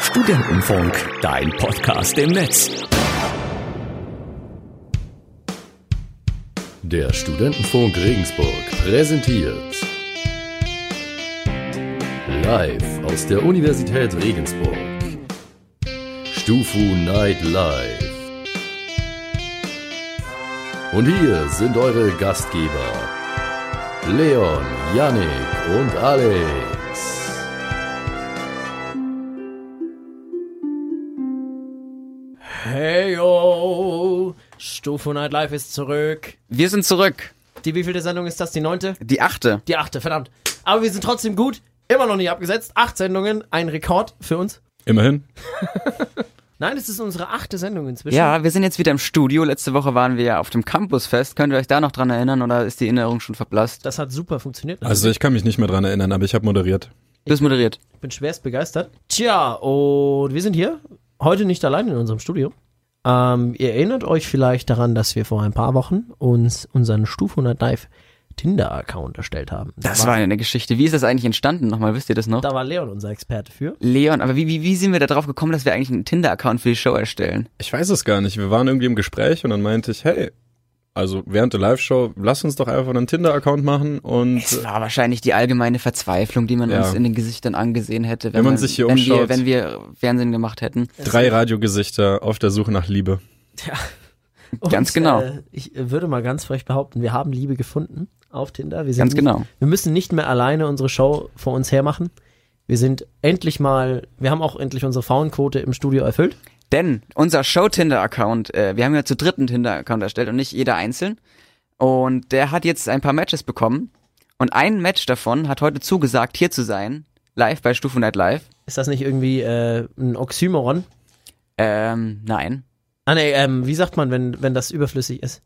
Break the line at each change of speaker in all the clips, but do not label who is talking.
Studentenfunk, dein Podcast im Netz.
Der Studentenfunk Regensburg präsentiert live aus der Universität Regensburg Stufu Night Live. Und hier sind eure Gastgeber Leon, Yannick und Alex.
Hey yo! Stufe Night Live ist zurück.
Wir sind zurück.
Die wievielte Sendung ist das? Die neunte?
Die achte.
Die achte, verdammt. Aber wir sind trotzdem gut. Immer noch nicht abgesetzt. Acht Sendungen, ein Rekord für uns.
Immerhin.
Nein, es ist unsere achte Sendung inzwischen.
Ja, wir sind jetzt wieder im Studio. Letzte Woche waren wir ja auf dem Campusfest. Könnt ihr euch da noch dran erinnern oder ist die Erinnerung schon verblasst?
Das hat super funktioniert.
Also ich kann mich nicht mehr dran erinnern, aber ich habe moderiert.
Du bist moderiert.
Ich bin schwerst begeistert. Tja, und wir sind hier. Heute nicht allein in unserem Studio. Ähm, ihr erinnert euch vielleicht daran, dass wir vor ein paar Wochen uns unseren Stufe 100 Live Tinder-Account erstellt haben.
Das war eine Geschichte. Wie ist das eigentlich entstanden? Nochmal, wisst ihr das noch?
Da war Leon unser Experte für.
Leon, aber wie, wie, wie sind wir da drauf gekommen, dass wir eigentlich einen Tinder-Account für die Show erstellen?
Ich weiß es gar nicht. Wir waren irgendwie im Gespräch und dann meinte ich, hey, also während der Live-Show, lass uns doch einfach einen Tinder-Account machen und
Es war wahrscheinlich die allgemeine Verzweiflung, die man
Ja.
uns in den Gesichtern angesehen hätte,
Wenn man sich hier
wenn wir,
umschaut.
wenn wir Fernsehen gemacht hätten.
drei Radiogesichter auf der Suche nach Liebe.
Und,
Ganz genau.
Äh, ich äh, würde mal ganz frech behaupten, wir haben Liebe gefunden auf Tinder. Wir sind
Ganz
nicht,
genau.
Wir müssen nicht mehr alleine unsere Show vor uns hermachen. Wir sind endlich mal, wir haben auch endlich unsere Frauenquote im Studio erfüllt.
Denn unser Show-Tinder-Account, äh, wir haben ja zu dritt einen Tinder-Account erstellt und nicht jeder einzeln. Und der hat jetzt ein paar Matches bekommen. Und ein Match davon hat heute zugesagt, hier zu sein, live bei Stufe Night Live.
Ist das nicht irgendwie äh, ein Oxymoron?
Ähm, nein.
Ah nee, ähm, wie sagt man, wenn, wenn das überflüssig ist?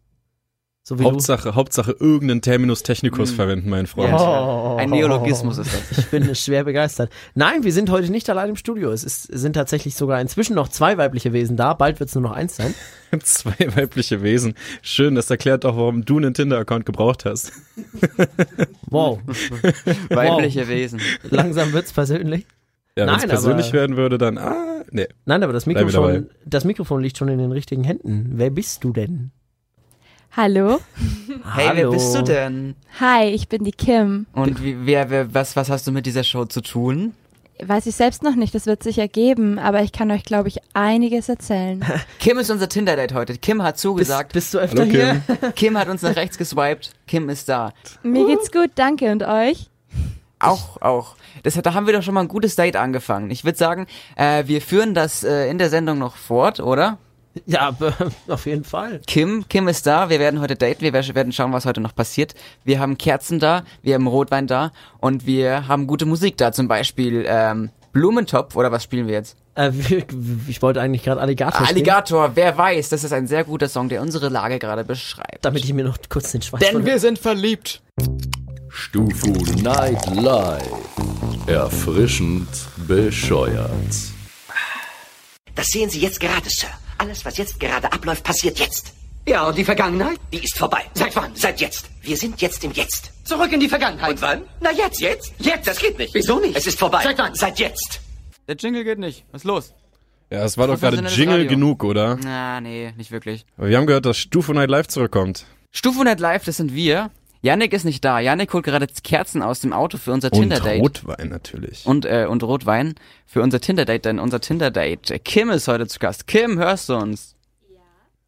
So wie
Hauptsache, Hauptsache irgendeinen Terminus
Hm.
technicus verwenden, mein
du.
Freund.
Oh.
Ein Neologismus ist das.
Ich bin schwer begeistert. Nein, wir sind heute nicht allein im Studio. Es ist, sind tatsächlich sogar inzwischen noch zwei weibliche Wesen da. Bald wird es nur noch eins sein.
Zwei weibliche Wesen. Schön, das erklärt doch, warum du einen Tinder-Account gebraucht hast.
Wow,
Weibliche Wesen.
langsam wird's persönlich.
Ja, wenn es
Nein,
persönlich
aber-
werden würde, dann, ah, nee.
Nein, aber das
Bleib mir
Mikrofon, das Mikrofon liegt schon in den richtigen Händen. Wer bist du denn?
Hallo.
Hey, wer bist du denn?
Hi, ich bin die Kim.
Und wie, wer, wer, was, was hast du mit dieser Show zu tun?
Weiß ich selbst noch nicht, das wird sich ergeben, aber ich kann euch, glaube ich, einiges erzählen.
Kim ist unser Tinder-Date heute. Kim hat
Bist,
zugesagt.
bist du öfter
Hallo,
hier?
Kim.
Kim hat uns nach rechts geswiped. Kim ist da.
Mir geht's gut, danke und euch.
Auch, auch. Das, hat- da haben wir doch schon mal ein gutes Date angefangen. Ich würde sagen, äh, wir führen das äh, in der Sendung noch fort, oder?
Ja, b- auf jeden Fall.
Kim, Kim ist da. Wir werden heute daten. Wir wer- werden schauen, was heute noch passiert. Wir haben Kerzen da, wir haben Rotwein da und wir haben gute Musik da. Zum Beispiel ähm, Blumentopf oder was spielen wir jetzt?
Äh, wir- ich wollte eigentlich gerade Alligator. spielen,
Alligator, wer weiß. Das ist ein sehr guter Song, der unsere Lage gerade beschreibt.
Damit ich mir noch kurz den Schweiß
Denn
von-
wir sind verliebt.
Stufu Night Live. Erfrischend bescheuert.
Das sehen Sie jetzt gerade, Sir. Alles, was jetzt gerade abläuft, passiert jetzt.
Ja, und die Vergangenheit?
Die ist vorbei.
Seit wann?
Seit jetzt. Wir sind jetzt im Jetzt.
Zurück in die Vergangenheit. Und
wann?
Na jetzt.
Jetzt?
Jetzt.
Das geht nicht.
Wieso nicht?
Es ist vorbei.
Seit wann?
Seit jetzt.
Der Jingle geht nicht. Was ist los?
Ja, es war doch gerade
Professionelles
Jingle
Radio.
genug, oder?
Na, nee, nicht wirklich.
Aber wir haben gehört, dass Stufe Night Live zurückkommt.
Stufe 100 Live, das sind wir. Yannick ist nicht da. Yannick holt gerade Kerzen aus dem Auto für unser
Und
Tinder-Date.
Rotwein natürlich.
Und, äh, und Rotwein für unser Tinder-Date, denn unser Tinder-Date. äh, Kim ist heute zu Gast. Kim, hörst du uns?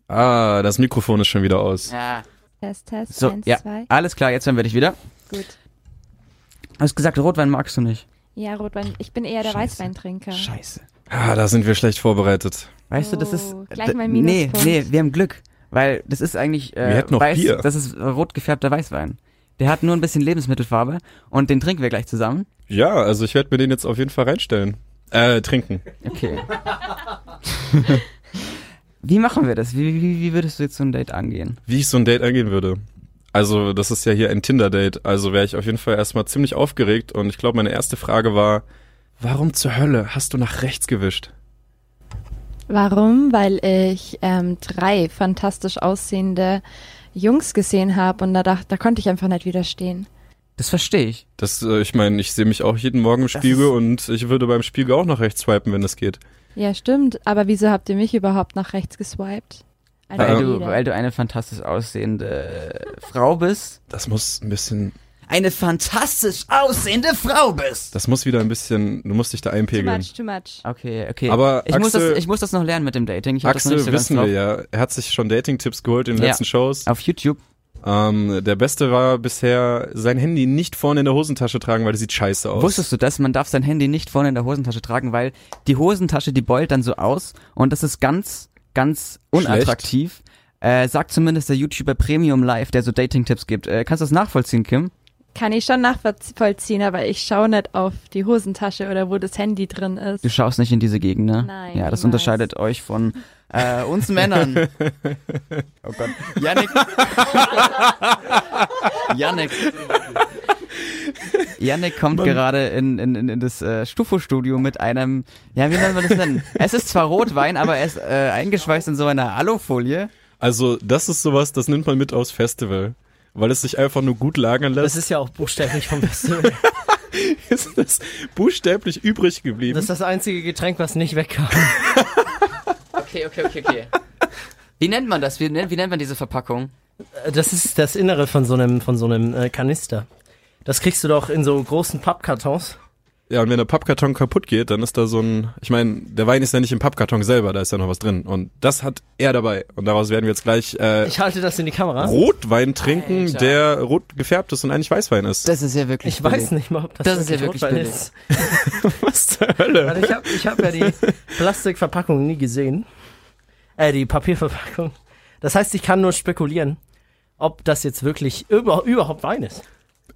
Ah, das Mikrofon ist schon wieder aus.
Ja.
Test, Test,
So,
eins,
ja. Ah.
zwei.
Alles klar, jetzt hören wir dich wieder.
Gut.
Du hast gesagt, Rotwein magst du nicht.
Ja, Rotwein, ich bin eher der Weißweintrinker.
Scheiße.
Ah, da sind wir schlecht vorbereitet.
Weißt du, das
Oh,
ist.
gleich mal
d- nee,
Minuspunkt.
nee, wir haben Glück. Weil das ist eigentlich. Äh,
Wir hätten noch
weiß,
Bier.
Das ist rot gefärbter Weißwein. Der hat nur ein bisschen Lebensmittelfarbe und den trinken wir gleich zusammen.
Ja, also ich werde mir den jetzt auf jeden Fall reinstellen. Äh, trinken.
Okay. wie machen wir das? Wie, wie, wie würdest du jetzt so ein Date angehen?
Wie ich so ein Date angehen würde. Also, das ist ja hier ein Tinder-Date. Also wäre ich auf jeden Fall erstmal ziemlich aufgeregt. Und ich glaube, meine erste Frage war, warum zur Hölle hast du nach rechts gewischt?
Warum? Weil ich ähm, drei fantastisch aussehende Jungs gesehen habe und da, dacht, da konnte ich einfach nicht widerstehen.
Das verstehe ich.
Das, äh, ich meine, ich sehe mich auch jeden Morgen im Spiegel und ich würde beim Spiegel auch nach rechts swipen, wenn es geht.
Ja, stimmt. Aber wieso habt ihr mich überhaupt nach rechts geswiped? Eine
Weil, du,
Rede.
weil du eine fantastisch aussehende Frau bist.
Das muss ein bisschen,
Eine fantastisch aussehende Frau bist!
das muss wieder ein bisschen, du musst dich da
too
einpegeln.
much, too much.
Okay, okay.
Aber
ich, muss
Axel-
das, ich muss das noch lernen mit dem Dating. Ich hab das noch
Axel
nicht so ganz
wissen wir
drauf.
ja, er hat sich schon Dating-Tipps geholt in den
Ja.
letzten Shows.
Auf YouTube.
Ähm, der Beste war bisher sein Handy nicht vorne in der Hosentasche tragen, weil das sieht scheiße aus.
Wusstest du das? Man darf sein Handy nicht vorne in der Hosentasche tragen, weil die Hosentasche, die beult dann so aus und das ist ganz, ganz unattraktiv. Äh, sagt zumindest der YouTuber Premium Live, der so Dating-Tipps gibt. Äh, kannst du das nachvollziehen, Kim?
Kann ich schon nachvollziehen, aber ich schaue nicht auf die Hosentasche oder wo das Handy drin ist.
Du schaust nicht in diese Gegend, ne?
Nein,
Ja, das
niemals.
unterscheidet euch von äh, uns Männern. oh Gott. Janik. Janik. Janik kommt gerade in, in, in, in das äh, Stufo-Studio mit einem, ja, wie nennt man das denn? Es ist zwar Rotwein, aber er ist äh, eingeschweißt in so einer Alufolie.
Also, das ist sowas, das nimmt man mit aufs Festival. Weil es sich einfach nur gut lagern
Das
lässt,
ist ja auch buchstäblich vom Festival.
ist das buchstäblich übrig geblieben.
Das ist das einzige Getränk, was nicht wegkam.
Okay, okay, okay, okay. Wie nennt man das? Wie, nennt- wie nennt man diese Verpackung?
Das ist das Innere von so einem, von so einem äh, Kanister. Das kriegst du doch in so großen Pappkartons.
ja, und wenn der Pappkarton kaputt geht, dann ist da so ein, ich meine, der Wein ist ja nicht im Pappkarton selber, da ist ja noch was drin. Und das hat er dabei. Und daraus werden wir jetzt gleich äh,
Ich halte das in die Kamera.
Rotwein trinken, der rot gefärbt ist und eigentlich Weißwein ist.
Das ist ja wirklich.
Ich weiß nicht mal, ob das,
Das ist ja wirklich
Rotwein
billig.
ist.
was zur Hölle?
Weil ich habe ich hab ja die Plastikverpackung nie gesehen. Äh, die Papierverpackung. Das heißt, ich kann nur spekulieren, ob das jetzt wirklich über, überhaupt Wein ist.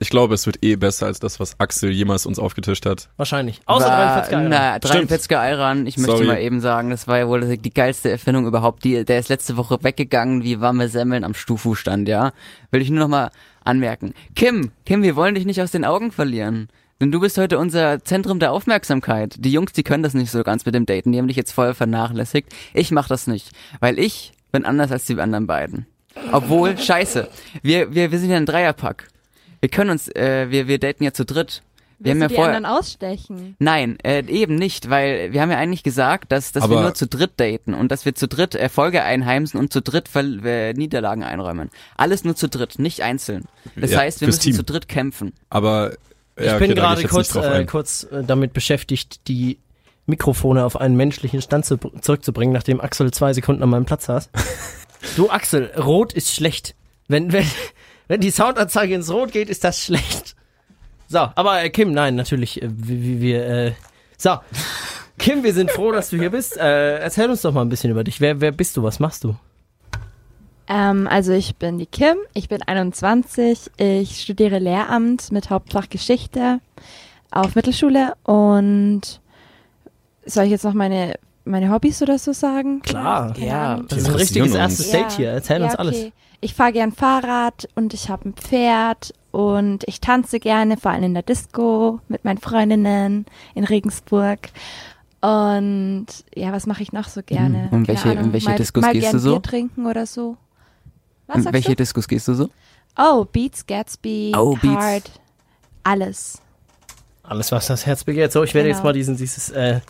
Ich glaube, es wird eh besser als das, was Axel jemals uns aufgetischt hat.
Wahrscheinlich. Außer 43 Euro.
Na, 43er Ayran, ich möchte
Sorry.
mal eben sagen, das war ja wohl die geilste Erfindung überhaupt. Die, der ist letzte Woche weggegangen, wie warme Semmeln am Stufu-Stand, ja. Will ich nur noch mal anmerken. Kim, Kim, wir wollen dich nicht aus den Augen verlieren. Denn du bist heute unser Zentrum der Aufmerksamkeit. Die Jungs, die können das nicht so ganz mit dem Daten. Die haben dich jetzt voll vernachlässigt. Ich mach das nicht, weil ich bin anders als die anderen beiden. Obwohl, scheiße. Wir, wir, wir sind ja ein Dreierpack. Wir können uns, äh, wir, wir daten ja zu dritt. Wir
Willst
haben
du
ja
Also die
vorher,
anderen ausstechen?
Nein, äh, eben nicht, weil wir haben ja eigentlich gesagt, dass, dass wir
Aber-
nur zu dritt daten und dass wir zu dritt Erfolge einheimsen und zu dritt Verl äh, Niederlagen einräumen. Alles nur zu dritt, nicht einzeln. Das
Ja,
heißt, wir
fürs
müssen
Team.
zu dritt kämpfen.
Aber
Ich
ja, okay,
bin
da
gerade
geh ich jetzt
kurz,
nicht drauf
äh,
ein.
kurz äh, damit beschäftigt, die Mikrofone auf einen menschlichen Stand zu, zurückzubringen, nachdem Axel zwei Sekunden an meinem Platz saß. du Axel, rot ist schlecht. Wenn, wenn, wenn die Soundanzeige ins Rot geht, ist das schlecht. So, aber äh, Kim, nein, natürlich, äh, wie, wie wir, äh, so. Kim, wir sind froh, dass du hier bist. Äh, erzähl uns doch mal ein bisschen über dich. Wer, wer bist du? Was machst du?
Ähm, also ich bin die Kim, ich bin 21, ich studiere Lehramt mit Hauptfach Geschichte auf Mittelschule und soll ich jetzt noch meine, meine Hobbys oder so sagen?
Klar.
Keine
Ja,
Ahnung.
Das ist ein
interessieren
richtiges
uns.
erstes Date hier. Erzähl
ja,
uns
okay.
alles.
Ich fahre gern Fahrrad und ich habe ein Pferd und ich tanze gerne, vor allem in der Disco mit meinen Freundinnen in Regensburg. Und ja, was mache ich noch so gerne?
Mhm. Und welche-
Keine Ahnung,
in welche
mal,
Discos
mal
gehst
gern
du so?
Bier trinken oder so. Was
In Hm,
sagst
welche
du?
Diskus gehst du so?
Oh, Beats, Gatsby,
Oh, Beats.
Hard, alles.
Alles, was das Herz begehrt. So, ich werde
Genau.
jetzt mal diesen, dieses äh,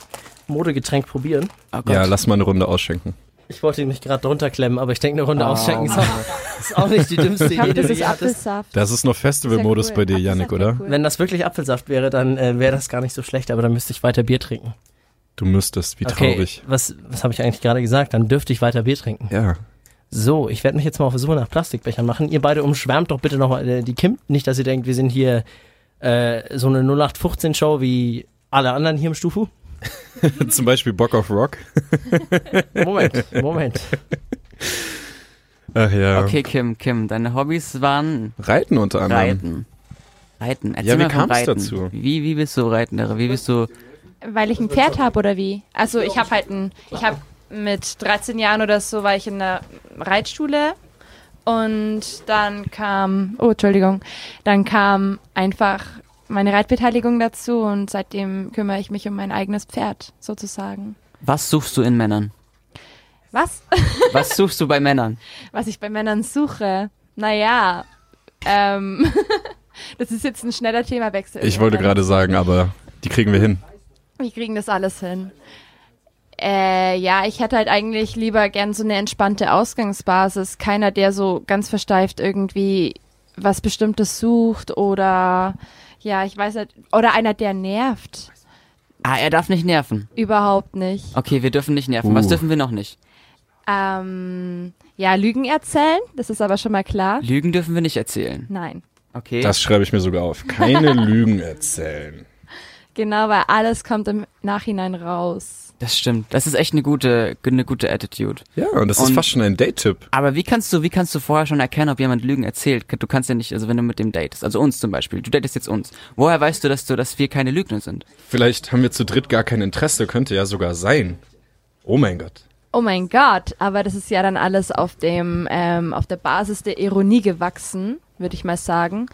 Modegetränk probieren.
Oh Gott.
Ja, lass mal eine Runde ausschenken.
Ich wollte ihn nicht gerade drunter klemmen, aber ich denke, eine Runde ausschenken ist auch, ist auch nicht die dümmste
Ich glaube,
Idee, die
das
du
ist
je hattest.
Apfelsaft.
Das ist noch
Sehr
Festival-Modus
cool.
bei dir,
Apfelsaft
Yannick,
wär
oder?
cool.
Wenn das wirklich Apfelsaft wäre, dann äh, wäre das gar nicht so schlecht, aber dann müsste ich weiter Bier trinken.
Du müsstest, wie
Okay,
traurig.
was, was habe ich eigentlich gerade gesagt? Dann dürfte ich weiter Bier trinken.
Ja.
So, ich werde mich jetzt mal auf der Suche nach Plastikbechern machen. Ihr beide umschwärmt doch bitte nochmal äh, die Kim. Nicht, dass ihr denkt, wir sind hier äh, so eine 0815-Show wie alle anderen hier im Stufu.
Zum Beispiel Bock auf Rock.
Moment, Moment.
Ach ja.
Okay, Kim, Kim, deine Hobbys waren
Reiten unter anderem.
Reiten. Reiten. Erzähl
Ja, wie
mal vom
kam's
Reiten.
dazu?
Wie, wie bist du Reitender? Wie bist du?
Weil ich ein Pferd habe oder wie? Also ich habe halt ein, ich habe mit 13 Jahren oder so war ich in der Reitschule und dann kam, oh Entschuldigung, dann kam einfach meine Reitbeteiligung dazu und seitdem kümmere ich mich um mein eigenes Pferd sozusagen.
Was suchst du in Männern?
Was?
Was suchst du bei Männern?
Was ich bei Männern suche? Naja, ähm, Das ist jetzt ein schneller Themawechsel.
Ich wollte gerade sagen, aber die kriegen wir hin.
Wir kriegen das alles hin. Äh, ja, ich hätte halt eigentlich lieber gern so eine entspannte Ausgangsbasis. Keiner, der so ganz versteift irgendwie was Bestimmtes sucht oder ja, ich weiß nicht. Oder einer, der nervt.
Ah, er darf nicht nerven.
Überhaupt nicht.
Okay, wir dürfen nicht nerven.
Uh.
Was dürfen wir noch nicht?
Ähm, ja, Lügen erzählen, das ist aber schon mal klar.
Lügen dürfen wir nicht erzählen.
Nein.
Okay.
Das schreibe ich mir sogar auf. Keine Lügen erzählen.
Genau, weil alles kommt im Nachhinein raus.
das stimmt. Das ist echt eine gute, eine gute Attitude.
Ja, und das ist
Und-
fast schon ein Date-Tipp.
Aber wie kannst du, wie kannst du vorher schon erkennen, ob jemand Lügen erzählt? Du kannst ja nicht, also wenn du mit dem datest, also uns zum Beispiel, du datest jetzt uns. Woher weißt du, dass du, dass wir keine Lügner sind?
Vielleicht haben wir zu dritt gar kein Interesse, könnte ja sogar sein. Oh mein Gott.
Oh mein Gott, aber das ist ja dann alles auf dem, ähm, auf der Basis der Ironie gewachsen, würde ich mal sagen.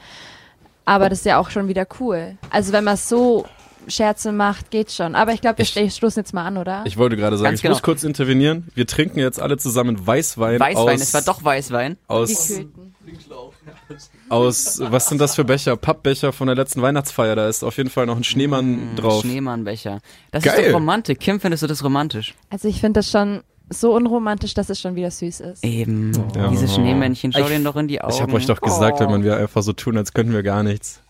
Aber das ist ja auch schon wieder cool. Also wenn man so Scherze macht, geht schon. Aber ich glaube, wir
Ich-
ste- stoßen jetzt mal an, oder?
Ich wollte gerade sagen,
Ganz
ich
genau.
muss kurz intervenieren. Wir trinken jetzt alle zusammen Weißwein,
Weißwein,
aus,
es war doch Weißwein.
aus,
Gekühlten.
aus, was sind das für Becher? Pappbecher von der letzten Weihnachtsfeier. Da ist auf jeden Fall noch ein
Hm,
Schneemann drauf.
Schneemannbecher. Das ist
Geil.
doch Romantik. Kim, findest du das romantisch?
Also ich finde das schon so unromantisch, dass es schon wieder süß ist.
Eben. Diese Schneemännchen, schau denen doch in die Augen.
Ich habe euch doch gesagt, wenn man wir einfach so tun, als könnten wir gar nichts.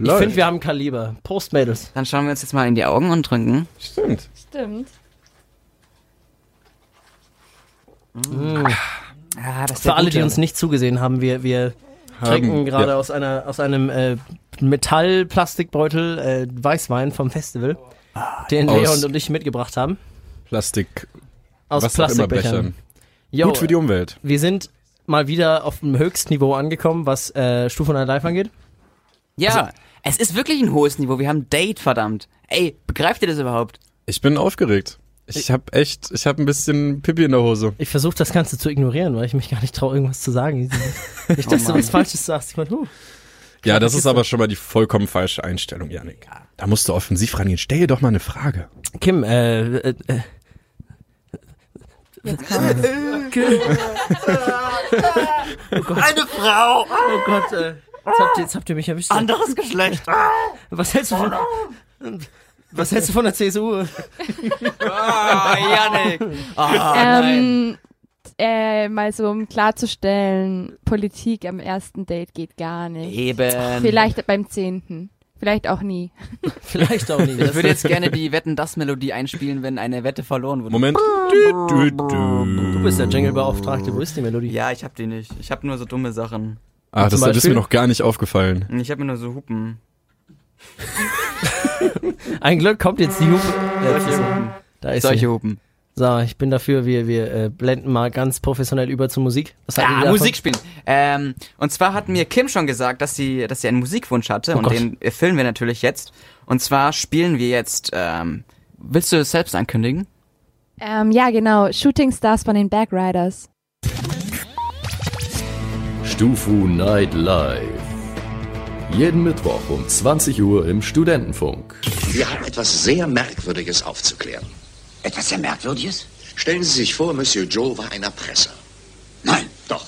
Ich finde, wir haben Kaliber. Prost, Mädels.
Dann schauen wir uns jetzt mal in die Augen und trinken.
Stimmt.
Stimmt.
Ah, das ist
Für
der
alle,
Gute.
die uns nicht zugesehen haben, wir, wir
Ähm,
trinken gerade aus, einer, aus einem äh, Metall-Plastikbeutel äh, Weißwein vom Festival, den
aus-
Leon und ich mitgebracht haben.
Plastik,
Aus
was auch immer
Plastikbechern.
Bechern.
Yo,
Gut für die Umwelt.
wir sind mal wieder auf dem Höchstniveau angekommen, was äh, Stufe 100 Live angeht.
Ja, es ist wirklich ein hohes Niveau. Wir haben ein Date, verdammt. Ey, begreift ihr das überhaupt?
Ich bin aufgeregt. Ich habe echt, ich habe ein bisschen Pipi in der Hose.
Ich versuche das Ganze zu ignorieren, weil ich mich gar nicht traue, irgendwas zu sagen. Nicht, dass
Oh
du
Mann.
was Falsches sagst. Ich mein, huh.
Ja, das ist aber schon mal die vollkommen falsche Einstellung, Janik. Da musst du offensiv rangehen. Stell dir doch mal eine Frage.
Kim, äh, äh, äh,
Eine Frau!
oh Gott, äh, jetzt, habt ihr, jetzt habt ihr mich erwischt. Ah! Oh
Anderes Geschlecht!
Was hältst du von, was hältst du von der CSU?
Ah, Janik. Ah, nein.
ähm, äh, mal so, um klarzustellen, Politik am ersten Date geht gar nicht.
Eben.
Vielleicht beim zehnten. Vielleicht auch nie.
Vielleicht auch nicht.
Ich würde jetzt gerne die Wetten das Melodie einspielen, wenn eine Wette verloren wurde.
Moment. Ah, Du, du, du.
du bist der Jingle-Beauftragte, wo ist die Melodie?
Ja, ich hab die nicht. Ich hab nur so dumme Sachen.
Ah, das, das ist
Beispiel?
mir noch gar nicht aufgefallen.
Ich hab mir nur so Hupen.
Ein Glück kommt jetzt die Hupe. Ja, jetzt ist sie. da ist
Solche
sie.
Hupen.
So, ich bin dafür, wir, wir äh, blenden mal ganz professionell über zur Musik. Was haltet ihr
Ah,
davon?
Musik spielen. Ähm, und zwar hat mir Kim schon gesagt, dass sie, dass sie einen Musikwunsch hatte und
Oh Gott.
den erfüllen wir natürlich jetzt. Und zwar spielen wir jetzt. Ähm, willst du es selbst ankündigen?
Ähm, ja, genau. Shooting Stars von den Backriders.
Stufu Night Live. Jeden Mittwoch um 20 Uhr im Studentenfunk.
Wir haben etwas sehr Merkwürdiges aufzuklären.
Etwas sehr Merkwürdiges?
Stellen Sie sich vor, Monsieur Joe war ein Erpresser.
Nein, Oh.
Doch.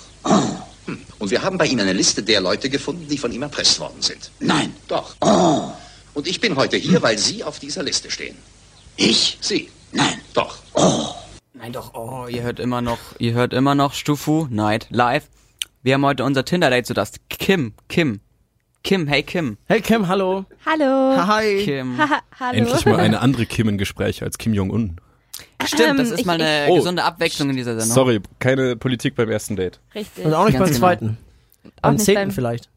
Hm. Und wir haben bei Ihnen eine Liste der Leute gefunden, die von ihm erpresst worden sind.
nein. Oh.
Doch. Und ich bin heute hier, weil Sie auf dieser Liste stehen.
Ich?
Sie.
Nein.
Doch.
Nein, doch. Oh, ihr hört immer noch. Ihr hört immer noch Stufu Night live. Wir haben heute unser Tinder Date zu Gast. Kim, Kim, Kim. Hey Kim.
Hey Kim, hallo.
Hallo.
Hi.
Kim.
Haha, Hallo.
Endlich mal eine andere Kim im Gespräch als Kim Jong-un.
Stimmt, das
Ähm,
ist
ich-
mal eine
ich- Oh.
gesunde Abwechslung in dieser Sendung.
Sorry, keine Politik beim ersten Date.
Richtig.
Und auch nicht
Ganz
beim
genau.
zweiten.
Auch
Am
nicht
zehnten
beim-
vielleicht.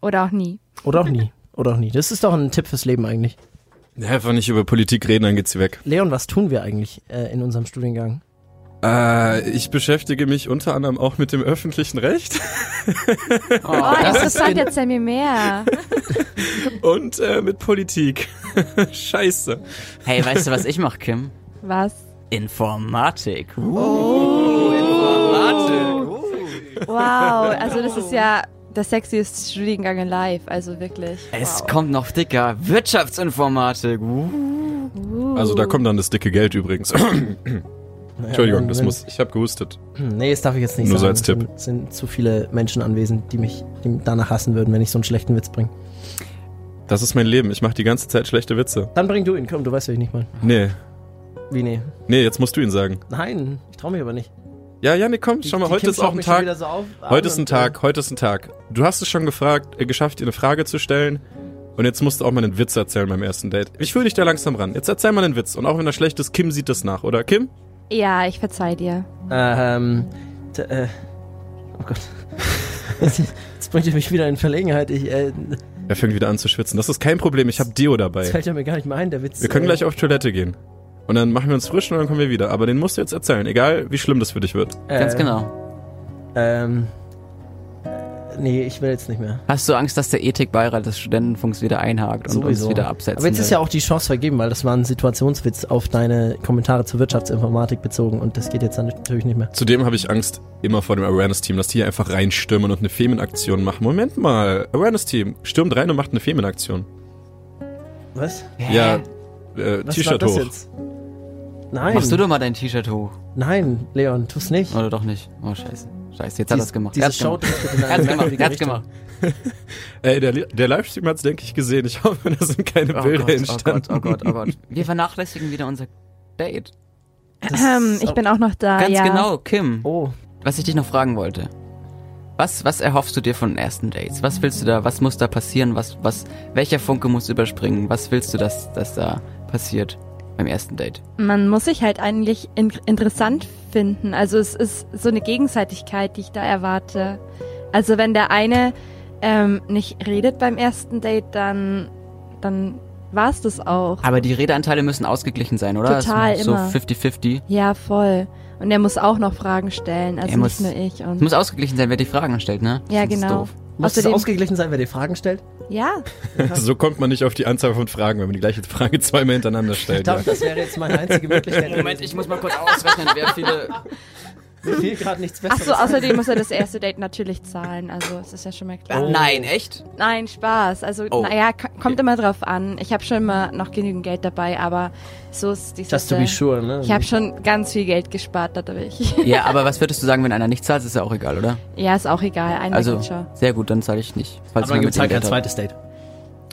Oder auch nie.
Oder auch nie. Oder auch nie. Das ist doch ein Tipp fürs Leben eigentlich.
Ja, Einfach nicht über Politik reden, dann geht's hier weg.
Leon, was tun wir eigentlich äh, in unserem Studiengang?
Äh, ich beschäftige mich unter anderem auch mit dem öffentlichen Recht
Oh, interessant,
gen-
erzähl mir mehr.
und äh, mit Politik. Scheiße.
Hey, weißt du, was ich mache, Kim? Oh.
Was?
Informatik. Informatik.
Wow. Also das ist ja der sexiest Studiengang in live. Also wirklich.
Es
wow.
kommt noch dicker. Wirtschaftsinformatik. Uh.
Also da kommt dann das dicke Geld übrigens. Entschuldigung, das
Moment.
muss. Ich habe gehustet.
Hm, Nee, das darf ich jetzt nicht
Nur so
sagen.
als Tipp.
Es sind, sind zu viele Menschen anwesend, die mich die mich danach hassen würden, wenn ich so einen schlechten Witz bringe.
Das ist mein Leben. Ich mache die ganze Zeit schlechte Witze.
Dann bring du ihn, komm, du weißt, wie ich nicht meine.
Nee.
Wie, nee.
Nee, jetzt musst du ihn sagen.
Nein, ich trau mich aber nicht.
Ja, ja, nee, komm,
Die-
schau mal,
die
heute
Kim
ist
schaut
auch ein
mich schon
Tag.
wieder So auf, Ah, an
Heute ist ein
und-
Tag, heute ist ein Tag. Du hast es schon gefragt, äh, geschafft, dir eine Frage zu stellen. Und jetzt musst du auch mal einen Witz erzählen beim ersten Date. Ich fühle dich da langsam ran. Jetzt erzähl mal einen Witz. Und auch wenn er schlecht ist, Kim sieht das nach, oder? Kim?
Ja, ich verzeih dir.
Ähm, t- äh, oh Gott. Jetzt, jetzt bringt ihr mich wieder in Verlegenheit. Ich, äh,
Er fängt wieder an zu schwitzen. Das ist kein Problem, ich habe Deo
das
dabei.
fällt ja mir gar nicht mehr ein, der Witz.
Wir können
äh,
gleich auf Toilette gehen. Und dann machen wir uns frisch und dann kommen wir wieder. Aber den musst du jetzt erzählen, egal wie schlimm das für dich wird.
äh,
Ganz genau.
Ähm, äh, nee, ich will jetzt nicht mehr.
Hast du Angst, dass der Ethikbeirat des Studentenfunks wieder einhakt und uns wieder absetzt?
Aber jetzt ist ja auch die Chance vergeben, weil das war ein Situationswitz auf deine Kommentare zur Wirtschaftsinformatik bezogen und das geht jetzt dann natürlich nicht mehr.
Zudem habe ich Angst immer vor dem Awareness-Team, dass die hier einfach reinstürmen und eine Femenaktion machen. Moment mal, Awareness-Team stürmt rein und macht eine Femenaktion.
Was?
Ja, äh,
Was
T-Shirt
war das
hoch.
jetzt? Nein,
Machst du doch mal dein T-Shirt hoch.
nein, Leon, tu's nicht.
Oder doch nicht? Oh, scheiße. Scheiße, jetzt hat er es gemacht. genau.
Diese
Er hat's
Show
gemacht.
driftet in
Er
eine
hat's gemacht.
merkwürdige
Er hat's
Richtung.
gemacht.
Ey, der, der Livestream hat's, denke ich, gesehen. Ich hoffe, da sind keine
Oh
Bilder
Gott, oh Gott,
entstanden.
oh Gott, oh Gott. Wir vernachlässigen wieder unser Date.
Ähm, ich bin auch noch da.
Ganz
ja.
genau, Kim.
Oh,
Was ich dich noch fragen wollte. Was, was erhoffst du dir von den ersten Dates? Was willst du da, was muss da passieren? Was, was, welcher Funke muss überspringen? Was willst du, dass, dass da passiert beim ersten Date?
Man muss sich halt eigentlich in interessant finden. Also es ist so eine Gegenseitigkeit, die ich da erwarte. Also wenn der eine ähm, nicht redet beim ersten Date, dann, dann war es das auch.
Aber die Redeanteile müssen ausgeglichen sein, oder?
Total,
so
immer.
So 50-50.
Ja, voll. Und er muss auch noch Fragen stellen, also
Er muss-
nicht nur ich.
Es
Und
muss ausgeglichen sein, wer die Fragen stellt, ne?
ja,
Sonst
genau.
Doof.
muss es ausgeglichen sein, wer dir Fragen stellt?
ja,
So kommt man nicht auf die Anzahl von Fragen, wenn man die gleiche Frage zweimal hintereinander
Ich
stellt. Ja.
glaube, das wäre jetzt meine einzige Möglichkeit.
Moment, ich muss mal kurz ausrechnen, wer viele.
Mir fiel gerade nichts
Ach
Besseres.
so, außerdem muss er das erste Date natürlich zahlen, also es ist ja schon mal klar.
Oh.
Oh. Nein, echt?
Nein, Spaß. Also
Oh.
naja, k- kommt immer drauf an. Ich habe schon immer noch genügend Geld dabei, aber so ist äh, die
Just to
Sache.
be sure, ne?
Ich habe schon ganz viel Geld gespart dadurch.
Ja, aber was würdest du sagen, wenn einer nicht zahlt? Ist ja auch egal, oder?
ja, ist auch egal. Einmal
Also,
geht's schon.
sehr gut, dann zahle ich nicht. Falls
aber dann
ich mal
gibt es
mit
halt
dir
kein
Geld habe.
zweites Date.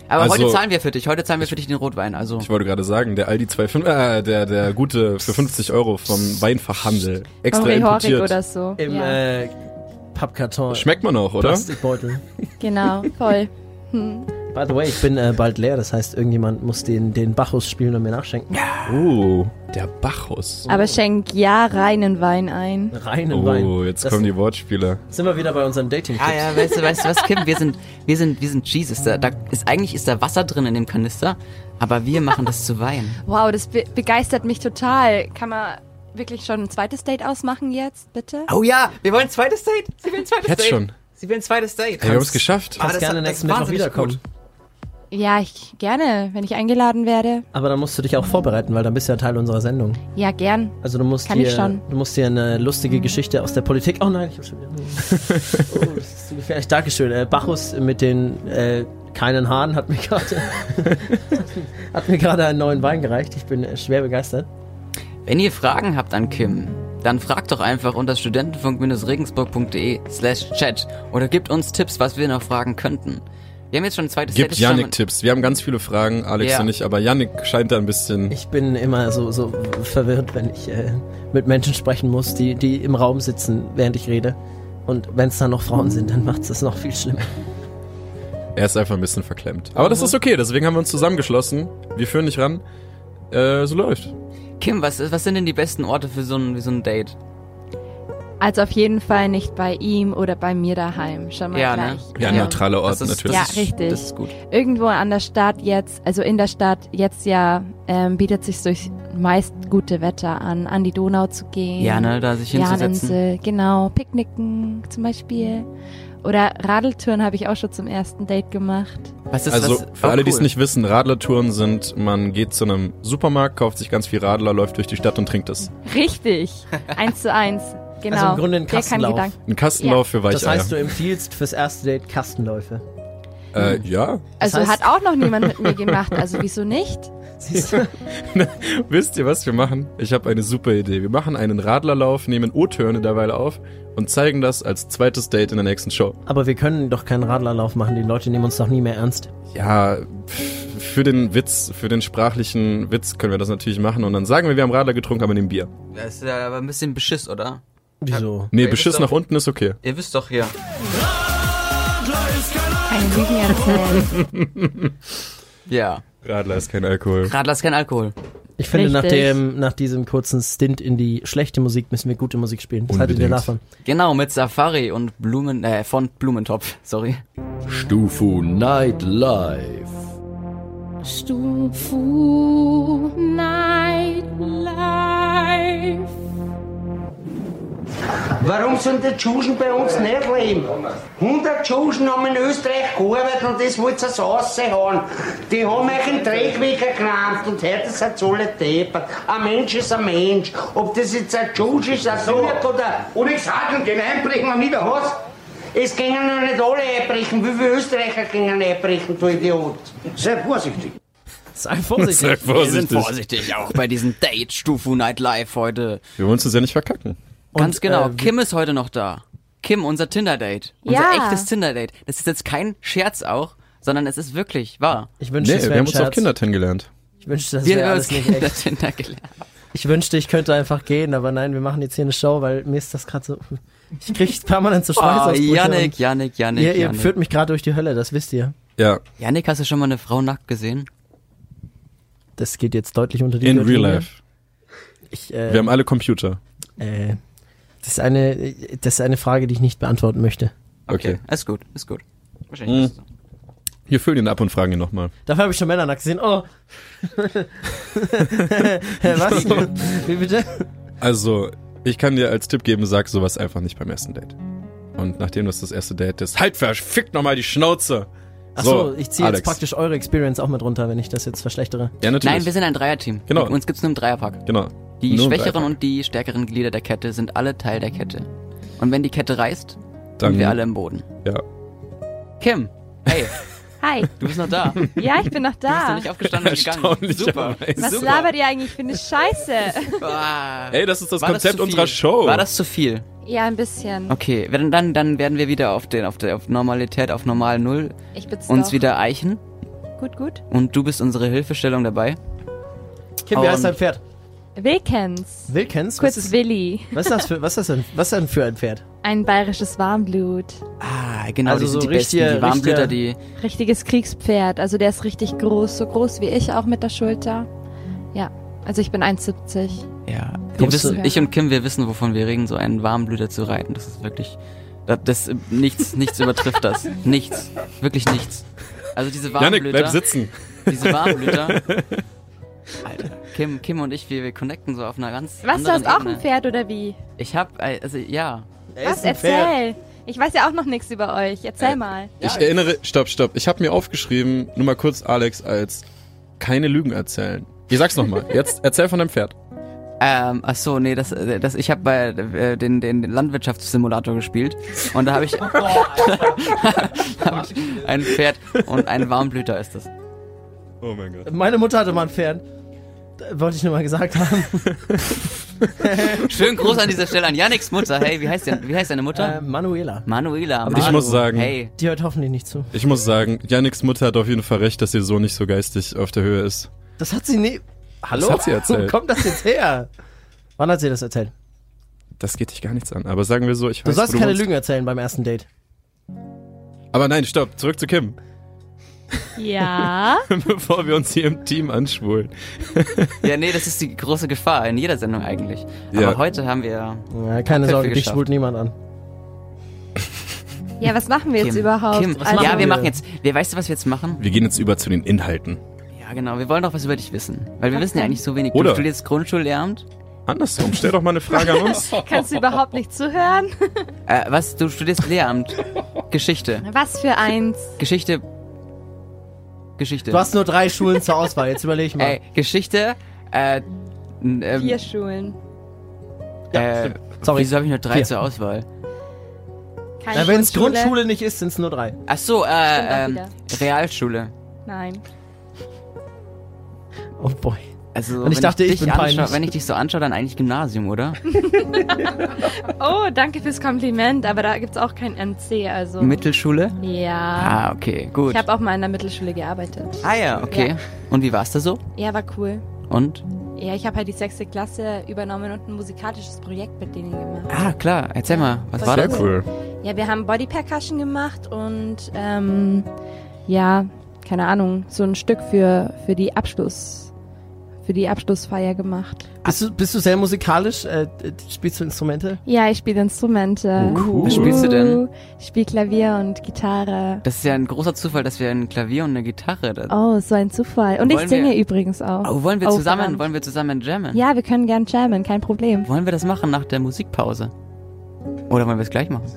Aber heute
Also-
zahlen wir für dich. Heute zahlen wir für dich den Rotwein. Also,
Ich wollte gerade sagen, der Aldi 2,5, äh, der, der gute für 50 Euro vom Weinfachhandel. Extra
Von Horik
importiert.
oder so.
Im
ja,
äh, Pappkarton.
Schmeckt man auch, oder?
Plastikbeutel.
genau, voll.
By the way, ich bin äh, bald leer, das heißt, irgendjemand muss den, den Bacchus spielen und mir nachschenken.
Uh, der Bacchus.
Aber schenk ja reinen Wein ein.
Reinen Wein.
Oh, jetzt
das
kommen die Wortspiele.
Sind wir wieder bei unseren dating
Ah ja, weißt du, weißt du was, Kim? Wir sind, wir sind, wir sind Jesus. Da, da ist eigentlich ist da Wasser drin in dem Kanister, aber wir machen das zu Wein.
Wow, das be begeistert mich total. Kann man wirklich schon ein zweites Date ausmachen jetzt, bitte?
Oh ja, wir wollen ein zweites Date. Sie will ein zweites
Jetzt
Date.
schon.
Sie will ein zweites Date.
Hey, wir haben es geschafft.
Ah,
Kannst
das-
gerne
das
nächsten
ist
Mittwoch
wahnsinnig
wiederkommen.
Ja, ich gerne, wenn ich eingeladen werde.
Aber dann musst du dich auch vorbereiten, weil dann bist du ja Teil unserer Sendung.
Ja, gern.
Also du musst
Kann
dir,
ich schon. Mhm.
du musst dir eine lustige Geschichte aus der Politik. Oh nein, ich hab schon wieder. Oh, das ist zu gefährlich. Dankeschön. Äh, Bacchus mit den äh, keinen Haaren hat mir gerade hat mir gerade einen neuen Wein gereicht. Ich bin äh, schwer begeistert.
Wenn ihr Fragen habt an Kim, dann fragt doch einfach unter studentenfunk-regensburg.de slash chat oder gebt uns Tipps, was wir noch fragen könnten. Wir haben jetzt schon ein zweites Date.
Gibt
das ist schon
Yannick Tipps. Wir haben ganz viele Fragen, Alex
Ja.
und ich, aber Yannick scheint da ein bisschen.
Ich bin immer so, so verwirrt, wenn ich äh, mit Menschen sprechen muss, die, die im Raum sitzen, während ich rede. Und wenn es dann noch Frauen sind, dann macht es das noch viel schlimmer.
Er ist einfach ein bisschen verklemmt. Aber das ist okay, deswegen haben wir uns zusammengeschlossen. Wir führen dich ran. Äh, so läuft.
mal- Kim, was, was sind denn die besten Orte für so ein, für so ein Date?
Also auf jeden Fall nicht bei ihm oder bei mir daheim. Schon mal
Ja, ne?
gleich.
Ja, neutraler Ort
Das ist,
natürlich.
Ja,
das ist,
richtig.
Das ist gut.
Irgendwo an der Stadt jetzt, also in der Stadt jetzt ja, ähm, bietet sich durch meist gute Wetter an, an die Donau zu gehen.
Ja, ne, da sich hinzusetzen.
Janinsel, genau. Picknicken zum Beispiel. Oder Radeltouren habe ich auch schon zum ersten Date gemacht.
Was ist,
Also
was,
für
oh,
alle, die es
cool.
nicht wissen, Radlertouren sind, man geht zu einem Supermarkt, kauft sich ganz viel Radler, läuft durch die Stadt und trinkt es.
Richtig. eins zu eins. Genau.
Also im Grunde ein
Der kann
Kastenlauf.
Gedanken.
äh, Ein Kastenlauf für Weicheier.
Das heißt, du empfiehlst fürs erste Date Kastenläufe.
Äh, ja.
Also
heißt-
hat auch noch niemand mit mir gemacht, also wieso nicht?
Siehst du?
Wisst ihr, was wir machen? Ich habe eine super Idee. Wir machen einen Radlerlauf, nehmen O-Töne derweil auf und zeigen das als zweites Date in der nächsten Show.
Aber wir können doch keinen Radlerlauf machen. Die Leute nehmen uns doch nie mehr ernst.
Ja, pff, für den Witz, für den sprachlichen Witz können wir das natürlich machen und dann sagen wir, wir haben Radler getrunken, aber nehmen Bier.
Das ist ja aber ein bisschen beschiss, oder?
Wieso?
Nee,
Ja,
Beschiss
ist
nach
doch-
unten ist okay.
Ihr wisst doch hier.
Keine Lügen erzählen.
Ja.
Radler ist kein Alkohol.
Radler ist kein Alkohol.
Ich finde, nach,
Richtig.
dem, nach diesem kurzen Stint in die schlechte Musik müssen wir gute Musik spielen. Was haltet ihr
Unbedingt.
davon?
Genau, mit Safari und Blumen, äh, von Blumentopf, sorry.
Stufu Night Live.
Stufu Nightlife.
Warum sind die Tschuschen bei uns nicht leben? 100 Tschuschen haben in Österreich gearbeitet und das wollt ihr so raushauen. Die haben euch den Trägweg erkrampft und heute sind sie alle deppert. Ein Mensch ist ein Mensch. Ob das jetzt ein Tschusch ist, ein Türk oder... Und ich sag, und gehen einbrechen am Niederhaus. Es gingen noch nicht alle einbrechen. Wie viele Österreicher gingen einbrechen, du Idiot? Sei vorsichtig.
Sei vorsichtig.
Sei vorsichtig.
vorsichtig auch bei diesem Date Stufu Nightlife heute.
Wir wollen uns das ja nicht verkacken.
Ganz genau.
äh, wie-
Kim ist heute noch da. Kim, unser Tinder-Date. Unser
Ja.
echtes Tinder-Date. Das ist jetzt kein Scherz auch, sondern es ist wirklich wahr.
Ich wünschte,
Nee,
es
wir
wäre
haben
ein
uns auf
Scherz.
Kinder kennengelernt.
Ich wünschte, das
Wir
wäre
haben uns
alles nicht echt.
Tinder gelernt.
Ich wünschte, ich könnte einfach gehen, aber nein, wir machen jetzt hier eine Show, weil mir ist das gerade so... Ich krieg permanent so Schweiß
Oh,
aufs
Yannick, Yannick, Yannick,
Ihr, ihr
Yannick.
führt mich gerade durch die Hölle, das wisst ihr.
Ja,
Yannick, hast du schon mal eine Frau nackt gesehen?
Das geht jetzt deutlich unter die
in
Gürtellinie.
real life.
Ich, äh,
Wir haben alle Computer.
äh, das, ist eine, das ist eine Frage, die ich nicht beantworten möchte.
Okay. Mhm,
Ist gut, ist gut. Wahrscheinlich. ist es so.
Hier füllen ihn ab und fragen ihn nochmal.
Dafür habe ich schon Männer nackt gesehen. Oh. Was? Wie bitte?
Also, ich kann dir als Tipp geben, sag sowas einfach nicht beim ersten Date. Und nachdem das das erste Date ist, halt verfickt nochmal die Schnauze!
Achso, ich ziehe jetzt
Alex.
praktisch eure Experience auch mit runter, wenn ich das jetzt verschlechtere.
Ja, natürlich.
Nein, wir sind ein Dreierteam.
Genau.
Uns gibt's nur im Dreierpack.
genau.
Die
Nur
schwächeren
einfach.
und die stärkeren Glieder der Kette sind alle Teil der Kette. Und wenn die Kette reißt,
Dann-
sind wir alle im Boden.
Ja.
Kim, hey,
Hi.
du bist noch da. Du bist
Ja, ich bin noch
noch
da.
nicht aufgestanden und gegangen. Super.
Was
Super.
labert ihr eigentlich für eine Scheiße?
Ah.
Ey, das ist das
War das zu
Konzept
viel?
unserer Show.
War das zu viel?
Ja, ein bisschen.
Okay, wenn- dann, dann werden wir wieder auf, den, auf, der, auf Normalität, auf Normal Null
Ich bin's
uns
doch.
wieder eichen.
Gut, gut.
Und du bist unsere Hilfestellung dabei.
Kim, wie heißt dein Pferd?
Wilkens.
Wilkens? Was
Kurz
ist,
Willi.
was ist das für, was ist das denn, was ist denn für ein Pferd?
Ein bayerisches Warmblut.
Ah, genau,
Also
die sind
so
die
richtige-
Besten, die Warmblüter, die...
richtige-
Richtiges Kriegspferd. Also der ist richtig groß. So groß wie ich auch mit der Schulter. Ja. Also ich bin 1,70.
Ja, wir
Kommst
wissen,
du-
ich und Kim, wir wissen, wovon wir reden, so einen Warmblüter zu reiten. Das ist wirklich, das, das nichts, nichts übertrifft das. Nichts, wirklich nichts. Also diese
Janik, bleib
Warmblüter,
sitzen.
diese Warmblüter. Alter, Kim, Kim und ich, wir, wir connecten so auf einer ganz
Was, du
anderen
hast auch
Ebene.
ein Pferd oder wie?
Ich hab, äh, also ja,
Er
Was?
ist ein Pferd.
Erzähl. Ich weiß ja auch noch nichts über euch.
Äh.
Erzähl mal.
Ich erinnere, stopp, stopp. Ich habe mir aufgeschrieben, nur mal kurz Alex, als keine Lügen erzählen. Ich sag's nochmal. Jetzt erzähl von deinem Pferd.
Ähm, ach so, nee, das, äh, das, ich habe bei äh, den, den Landwirtschaftssimulator gespielt und da habe
Oh,
ich, hab ich ein Pferd und ein Warmblüter ist das.
Oh mein Gott.
Meine Mutter hatte mal ein Pferd. Da Wollte ich nur mal gesagt haben.
Schönen Gruß an dieser Stelle an Janiks Mutter. Hey, wie heißt, denn, wie heißt deine Mutter?
Äh,
Ähm,
Manuela.
Manuela.
ich
Manu,
muss sagen-
Hey,
Die hört hoffentlich nicht zu.
Ich muss sagen, Janiks Mutter hat auf jeden Fall recht, dass ihr so nicht so geistig auf der Höhe ist.
Das hat sie nie. Hallo?
hat sie erzählt.
Wo kommt das jetzt her? Wann hat sie das erzählt?
Das geht dich gar nichts an. Aber sagen wir so, ich
Du
weiß
sollst
wo
keine
wohnst.
Lügen erzählen beim ersten Date.
Aber nein, stopp. Zurück zu Kim.
Ja.
Bevor wir uns hier im Team anschwulen.
ja, nee, das ist die große Gefahr in jeder Sendung eigentlich. Aber
Ja.
heute haben wir.
Ja, keine
Perfekt
Sorge, dich
geschafft.
schwult niemand an.
Ja, was machen wir jetzt
Kim,
überhaupt?
Kim, was
Also-
ja, wir
wir?
machen jetzt. Wir, weißt du, was wir jetzt machen?
Wir gehen jetzt über zu den Inhalten.
Ja, genau. Wir wollen doch was über dich wissen. Weil wir
Was
wissen ja
denn?
eigentlich so wenig.
Oder-
Du studierst Grundschullehramt.
Andersrum, stell doch mal eine Frage an uns.
Kannst du überhaupt nicht zuhören?
Äh, was? Du studierst Lehramt. Geschichte.
Was für eins.
Geschichte. Geschichte.
Du hast nur drei Schulen zur Auswahl, jetzt überleg mal.
Ey, Geschichte. Äh. n- ähm,
Vier Schulen.
äh,
Sorry.
Wieso habe ich nur drei
Vier.
zur Auswahl?
Keine
Na, wenn es
Grundschule.
Grundschule nicht ist, sind es nur drei.
Ach so, äh,
Stimmt
ähm,
auch
Realschule.
Nein.
Oh boy.
Also,
Und ich
wenn
dachte, ich
dich
bin
anschaue,
peinlich.
wenn ich dich so anschaue, dann eigentlich Gymnasium, oder?
Oh, danke fürs Kompliment, aber da gibt's auch kein NC, also.
Mittelschule?
ja.
Ah, okay, gut.
Ich habe auch mal in der Mittelschule gearbeitet.
ah ja, okay.
Ja.
Und wie war's da so?
Ja, war cool.
Und?
Ja, ich habe halt die sechste Klasse übernommen und ein musikalisches Projekt mit denen gemacht.
Ah, klar, erzähl mal, was
Voll
war
Sehr
das?
cool.
Ja, wir haben Body Percussion gemacht und ähm, ja, keine Ahnung, so ein Stück für, für die Abschluss, für die Abschlussfeier gemacht.
Bist du, bist du sehr musikalisch? Äh, äh, spielst du Instrumente?
Ja, ich spiele Instrumente.
Cool. Was spielst du denn?
Ich spiele Klavier und Gitarre.
Das ist ja ein großer Zufall, dass wir ein Klavier und eine Gitarre da.
Oh, so ein Zufall. Und
Wollen
ich singe
wir-
übrigens auch.
Oh, wollen wir
Oh,
zusammen,
verdammt.
wollen wir zusammen jammen?
Ja, wir können gern jammen, kein Problem.
Wollen wir das machen nach der Musikpause? Oder wollen wir es gleich machen?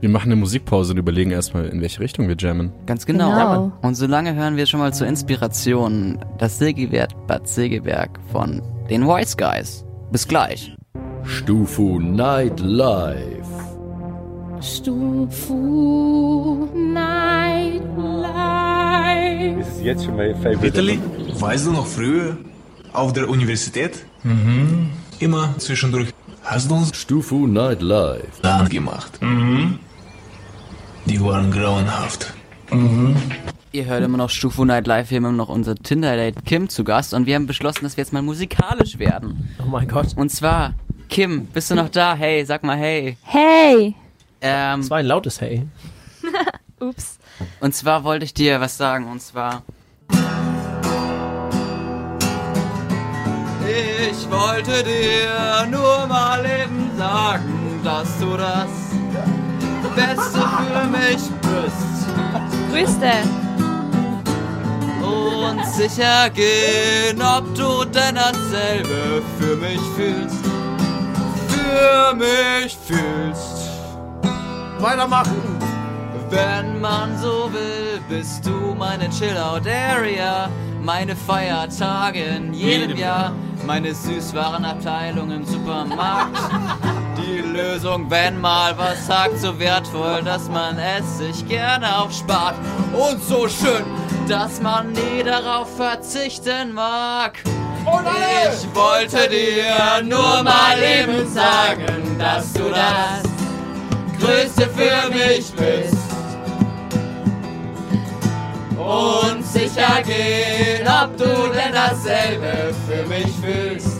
Wir machen eine Musikpause und überlegen erstmal, in welche Richtung wir jammen.
Ganz genau.
Genau. Ja, Mann.
Und solange hören wir schon mal zur Inspiration das Sägewerk Bad Sägewerk von den Voice Guys. Bis gleich.
Stufu Night Live.
Stufu Night Live.
Das ist jetzt schon mein Favorite.
Vitali, weißt du noch früher auf der Universität? Mhm. Immer zwischendurch hast du uns
Stufu Night Live.
Plan gemacht. Mhm. Die waren grauenhaft.
Ihr hört immer noch Stufu Night Live, wir haben immer noch unser Tinder-Date Kim zu Gast und wir haben beschlossen, dass wir jetzt mal musikalisch werden.
Oh mein Gott.
Und zwar, Kim, bist du noch da? Hey, sag mal hey.
Hey!
Ähm,
Das war ein lautes Hey.
Ups.
und zwar wollte ich dir was sagen und zwar... Ich wollte dir nur mal eben sagen, dass du das Beste für mich bist.
Grüße!
und sicher gehen, ob du denn dasselbe für mich fühlst. Für mich fühlst.
Weitermachen!
Wenn man so will, bist du meine Chill-Out-Area, meine Feiertage in jedem Jahr, meine Süßwarenabteilung im Supermarkt. Die Lösung, wenn mal was sagt, so wertvoll, dass man es sich gerne aufspart. Und so schön, dass man nie darauf verzichten mag. ich wollte dir nur mal eben sagen, dass du das Größte für mich bist. Und sicher gehen, ob du denn dasselbe für mich fühlst.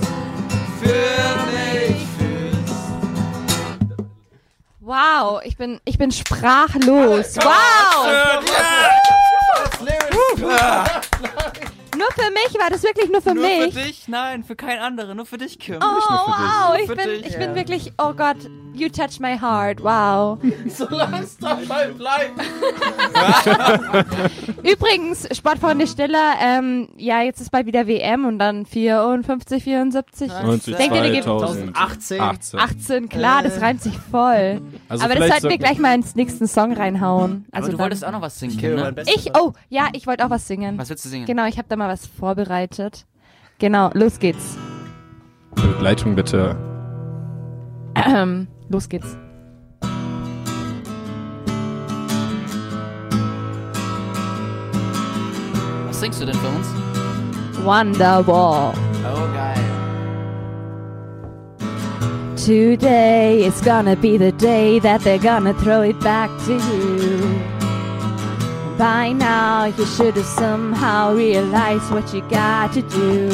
Für mich fühlst.
Wow, ich bin, ich bin sprachlos. Wow!
Ah,
Nur für mich war das wirklich nur für
Nur
mich.
für dich? Nein, für keinen anderen. Nur für dich, Kim.
Oh, wow, ich
Für
bin,
dich,
ich bin wirklich, oh Gott, you touch my heart, wow. Übrigens, Sportfreunde Stiller, ähm, ja, jetzt ist bald wieder WM und dann 54, 74.
90,
Denkt ihr, die geben
2018.
18.
18, klar,
Äh.
das reimt sich voll.
Also
Aber das
vielleicht
sollten wir
sollten-
gleich mal ins nächsten Song reinhauen.
Aber
Also
du
dann-
wolltest auch noch was singen,
Gebe
Kim,
mein
ne?
Bestes.
Ich, oh, ja, ich wollte auch was singen.
Was willst du singen?
Genau, ich habe da mal was vorbereitet. Genau, los geht's.
Begleitung bitte.
Ähm, los geht's.
Was singst du denn für uns?
Wonderwall.
Oh, geil.
Today is gonna be the day that they're gonna throw it back to you. By now, you should have somehow realized what you got to do.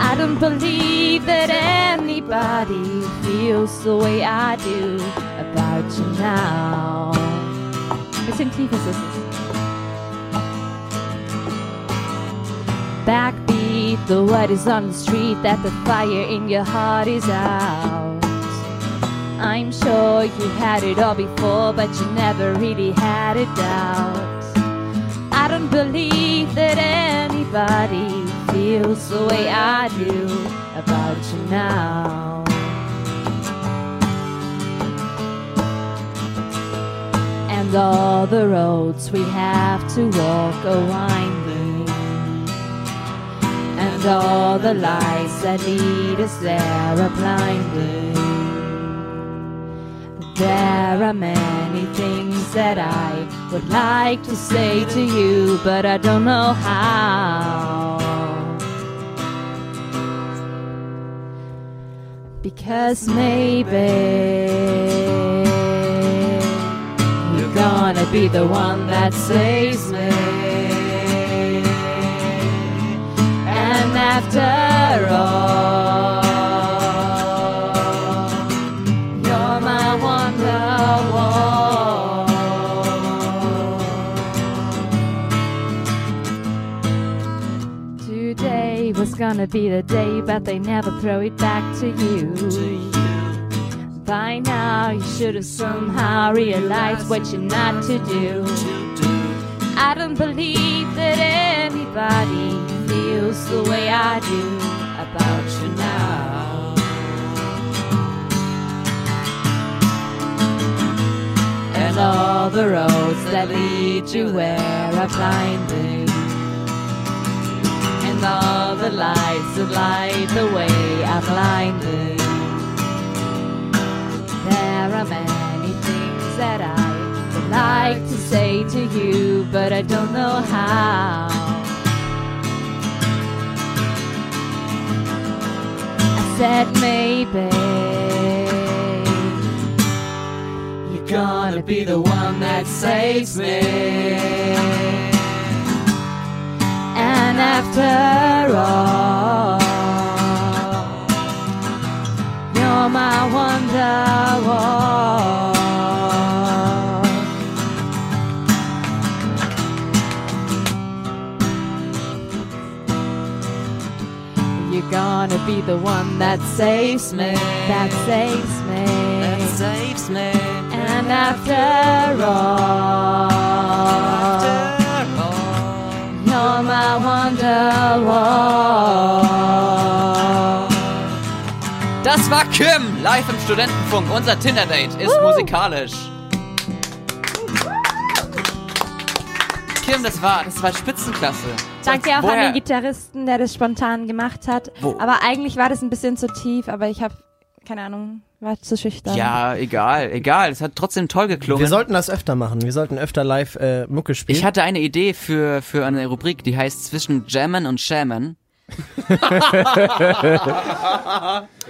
I don't believe that anybody feels the way I do about you now. Bisschen tiefer ist es. Backbeat, the word is on the street that the fire in your heart is out. I'm sure you had it all before, but you never really had a doubt. I don't believe that anybody feels the way I do about you now. And all the roads we have to walk are winding. And all the lights that lead us there are blinding.
There are many things that I would like to say to you, but I don't know how. Because maybe you're gonna be the one that saves me. And after all, you're my wonderwall. Today was gonna be the day, but they never throw it back to you. By now, you should have somehow realized what you're not to do. I don't believe that anybody feels the way I do about you now. And all the roads that lead you where are blinding. And all the lights that light the way are blinding. There are many things that I would like to say to you, but I don't know how. I said maybe you're gonna be the one that saves me. And after all, you're my wonderwall. You're gonna be the one that saves me, that saves me, that saves me. And after all, you're my wonderwall.
Das war Kim, live im Studentenfunk. Unser Tinder-Date ist musikalisch. Kim, das war, das war Spitzenklasse.
Danke
Sonst-
auch an den Gitarristen, der das spontan gemacht hat.
Wo-
Aber eigentlich war das ein bisschen zu tief, aber ich habe, keine Ahnung, war zu schüchtern.
Ja, egal, egal. Es hat trotzdem toll geklungen.
Wir sollten das öfter machen. Wir sollten öfter live äh, Mucke spielen.
Ich hatte eine Idee für, für eine Rubrik, die heißt zwischen Jammen und Shaman.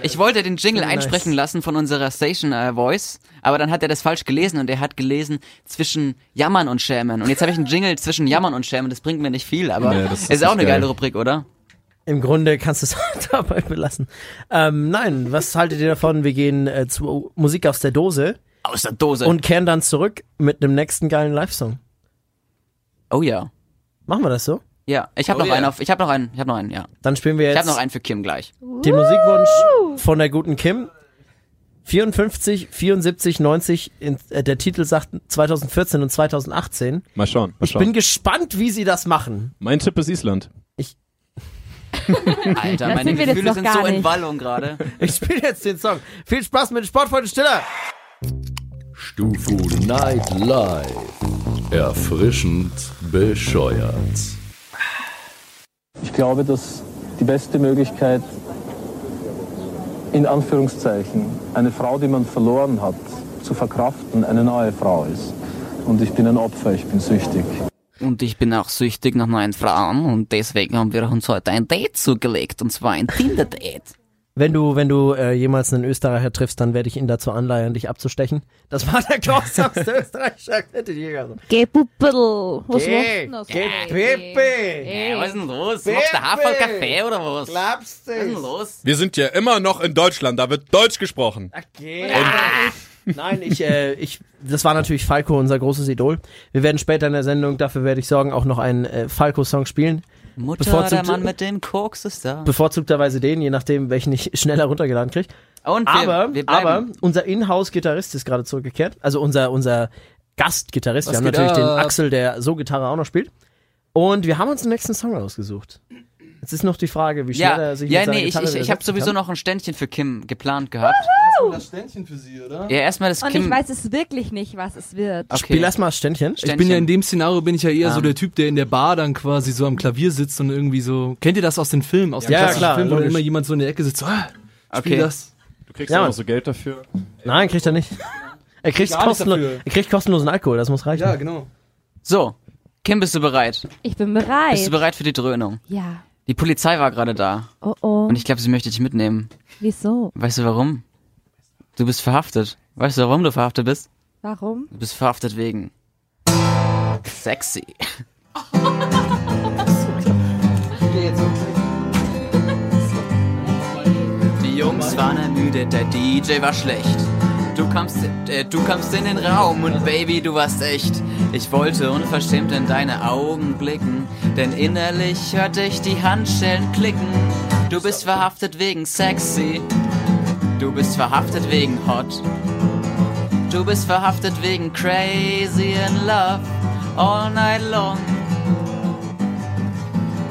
ich wollte den Jingle
Nice.
einsprechen lassen von unserer Station äh, Voice, aber dann hat er das falsch gelesen und er hat gelesen zwischen Jammern und Shaman. Und jetzt habe ich einen Jingle zwischen Jammern und Shaman, das bringt mir nicht viel, aber
Nee, das
ist,
ist
auch
nicht
eine geile
geil.
Rubrik, oder?
Im Grunde kannst du es dabei belassen. Ähm, nein, was haltet ihr davon? Wir gehen äh, zu Musik aus der Dose
Aus der Dose.
und kehren dann zurück mit einem nächsten geilen Live-Song.
oh ja.
Machen wir das so?
Ja, ich habe
Oh
noch
ja.
einen auf, ich habe noch einen, ich habe noch einen, ja.
Dann spielen wir
Ich habe
jetzt
noch einen für Kim gleich.
den Musikwunsch von der guten Kim. 54, 74, 90, in, äh, der Titel sagt 2014 und 2018.
Mal schauen, mal
Ich
schauen.
bin gespannt, wie sie das machen.
mein Tipp ist Island.
Alter,
Das
meine
sind wir jetzt
Gefühle
noch
sind
gar
so in
nicht.
Wallung gerade.
Ich spiele jetzt den Song. Viel Spaß mit Sportfreunde Stiller.
Stufu Night Live. Erfrischend bescheuert.
Ich glaube, dass die beste Möglichkeit, in Anführungszeichen, eine Frau, die man verloren hat, zu verkraften, eine neue Frau ist. Und ich bin ein Opfer, ich bin süchtig.
Und ich bin auch süchtig nach neuen Frauen und deswegen haben wir uns heute ein Date zugelegt und zwar ein Tinder-Date.
Wenn du, wenn du äh, jemals einen Österreicher triffst, dann werde ich ihn dazu anleihen, dich abzustechen. Das war der grausamste österreichische Akzent, den ich je gehört habe.
Geh Puppel. Was
Geh,
los?
geh, Pepe.
Ja, was ist denn los?
Pepe.
Machst du Haferl-Kaffee oder was? Was ist
Glaubst
denn
du?
los?
Wir sind ja immer noch in Deutschland, da wird Deutsch gesprochen.
Nein, ich, äh, ich, das war natürlich Falco, unser großes Idol. Wir werden später in der Sendung, dafür werde ich sorgen, auch noch einen äh, Falco-Song spielen.
Mutter,
Bevorzugt-
der Mann mit dem Koks ist da.
Bevorzugterweise den, je nachdem, welchen ich schneller runtergeladen kriege.
Und wir,
Aber,
wir bleiben.
aber unser Inhouse-Gitarrist ist gerade zurückgekehrt. Also unser, unser Gastgitarrist.
Was
Wir haben
geht
natürlich den
ab?
Axel, der so Gitarre auch noch spielt. Und wir haben uns den nächsten Song ausgesucht. Jetzt ist noch die Frage, wie schnell
ja,
also
er sich
ja
mit seiner
nee, ich,
Gitarre
ich, ich
wieder
habe
setzen
sowieso
kann.
noch ein Ständchen für Kim geplant gehabt.
Das Ständchen für Sie, oder?
Ja, erstmal das
Und
Kim.
ich weiß es wirklich nicht, was es wird.
okay.
Spiel erstmal Ständchen.
Ständchen.
Ich bin ja in dem Szenario bin ich ja eher so der Typ, der in der Bar dann quasi so am Klavier sitzt und irgendwie so. Kennt ihr das aus den Filmen, aus dem
Ja, ja,
klassischen
klar,
Film, wo dann
logisch.
immer jemand so in der Ecke sitzt, so, ah, spiel
Okay.
das.
Du kriegst
Ja,
ja, auch
Mann.
noch so Geld dafür.
Nein, kriegt er nicht. Er kriegt,
Gar nichts
kostenlo
dafür.
er kriegt kostenlosen Alkohol, das muss reichen.
Ja, genau.
So, Kim, bist du bereit?
Ich bin bereit.
Bist du bereit für die Dröhnung?
Ja.
Die Polizei war gerade da.
Oh oh.
Und ich glaube, sie möchte dich mitnehmen.
Wieso?
Weißt du warum? Du bist verhaftet. Weißt du, warum du verhaftet bist?
Warum?
Du bist verhaftet wegen. Sexy. Die Jungs waren ermüdet, der DJ war schlecht. Du kamst, äh, du kamst in den Raum und Baby, du warst echt. Ich wollte unverschämt in deine Augen blicken, denn innerlich hörte ich die Handschellen klicken. Du bist verhaftet wegen sexy. Du bist verhaftet wegen hot. Du bist verhaftet wegen crazy in love all night long.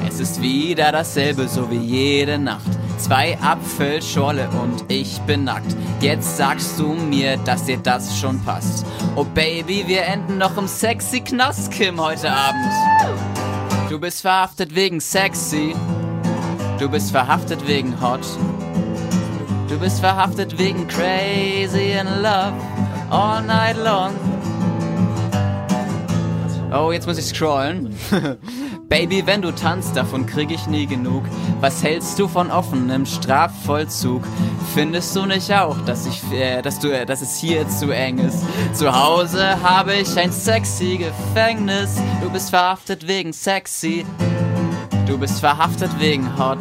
Es ist wieder dasselbe, so wie jede Nacht. Zwei Apfelschorle und ich bin nackt. Jetzt sagst du mir, dass dir das schon passt. Oh Baby, wir enden noch im sexy Knast, Kim, heute Abend. Du bist verhaftet wegen sexy. Du bist verhaftet wegen hot. Du bist verhaftet wegen crazy in love all night long. Oh, jetzt muss ich scrollen. Baby, wenn du tanzt, davon krieg ich nie genug. Was hältst du von offenem Strafvollzug? Findest du nicht auch, dass ich, äh, dass du, äh, dass es hier zu eng ist? Zu Hause habe ich ein sexy Gefängnis. Du bist verhaftet wegen sexy. Du bist verhaftet wegen hot.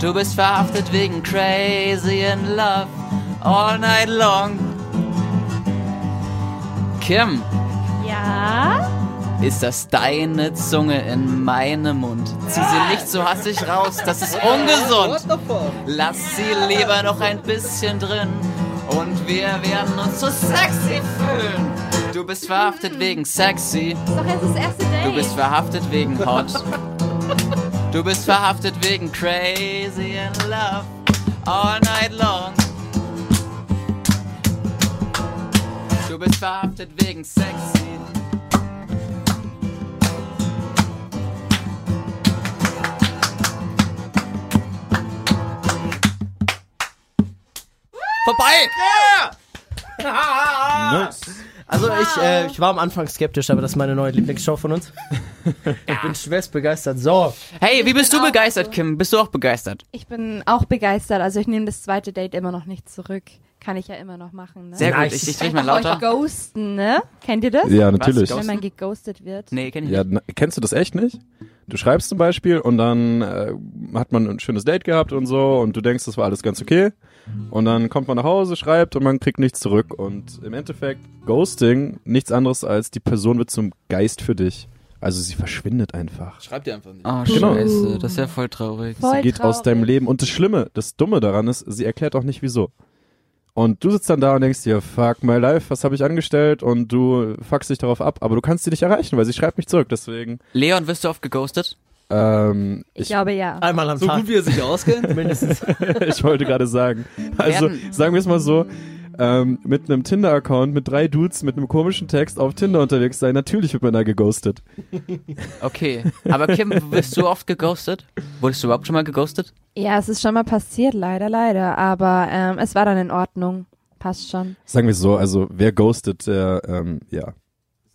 Du bist verhaftet wegen crazy in love all night long. Kim,
Ja?
ist das deine Zunge in meinem Mund? Zieh sie nicht so hastig raus, das ist ungesund. Lass sie lieber noch ein bisschen drin und wir werden uns so sexy fühlen. Du bist verhaftet wegen sexy.
Doch jetzt das erste Date.
Du bist verhaftet wegen Hot. Du bist verhaftet wegen Crazy in Love all night long. Du bist verhaftet wegen Sexy. Vorbei!
Also ich, äh, ich war am Anfang skeptisch, aber das ist meine neue Lieblingsshow von uns. Ich bin schwerst begeistert. So.
Hey, wie bist du begeistert, Kim? Bist du auch begeistert?
Ich bin auch begeistert. Also ich nehme das zweite Date immer noch nicht zurück. Kann ich ja immer noch machen. Ne?
Sehr gut, Nice. ich- ich dreh mal
Einfach
lauter.
Euch ghosten, ne? Kennt ihr das?
Ja, natürlich.
Wenn man geghostet wird.
Nee, kenn
Ja, na, kennst du das echt nicht? Du schreibst zum Beispiel und dann äh, hat man ein schönes Date gehabt und so und du denkst, das war alles ganz okay. Und dann kommt man nach Hause, schreibt und man kriegt nichts zurück. Und im Endeffekt, Ghosting, nichts anderes als die Person wird zum Geist für dich. Also sie verschwindet einfach.
Schreib dir einfach nicht.
Oh,
Genau.
scheiße, das ist ja voll traurig.
sie geht aus deinem Leben. Und das Schlimme, das Dumme daran ist, sie erklärt auch nicht wieso. Und du sitzt dann da und denkst dir, fuck my life, was habe ich angestellt? Und du fuckst dich darauf ab, aber du kannst sie nicht erreichen, weil sie schreibt nicht zurück. Deswegen,
Leon, wirst du oft geghostet?
ähm,
Ich, glaube ja.
Ah.
Einmal am
So
Tag.
gut wie er sich auskennt.
Mindestens.
ich wollte gerade sagen. Also,
Werden-
sagen wir es mal so. Ähm, mit einem Tinder-Account, mit drei Dudes, mit einem komischen Text auf Tinder unterwegs sein, natürlich wird man da geghostet.
Okay, aber Kim, wirst du oft geghostet? Wurdest du überhaupt schon mal geghostet?
Ja, es ist schon mal passiert, leider, leider. Aber ähm, es war dann in Ordnung. Passt schon.
Sagen wir es so, also wer ghostet, der, ähm, ja.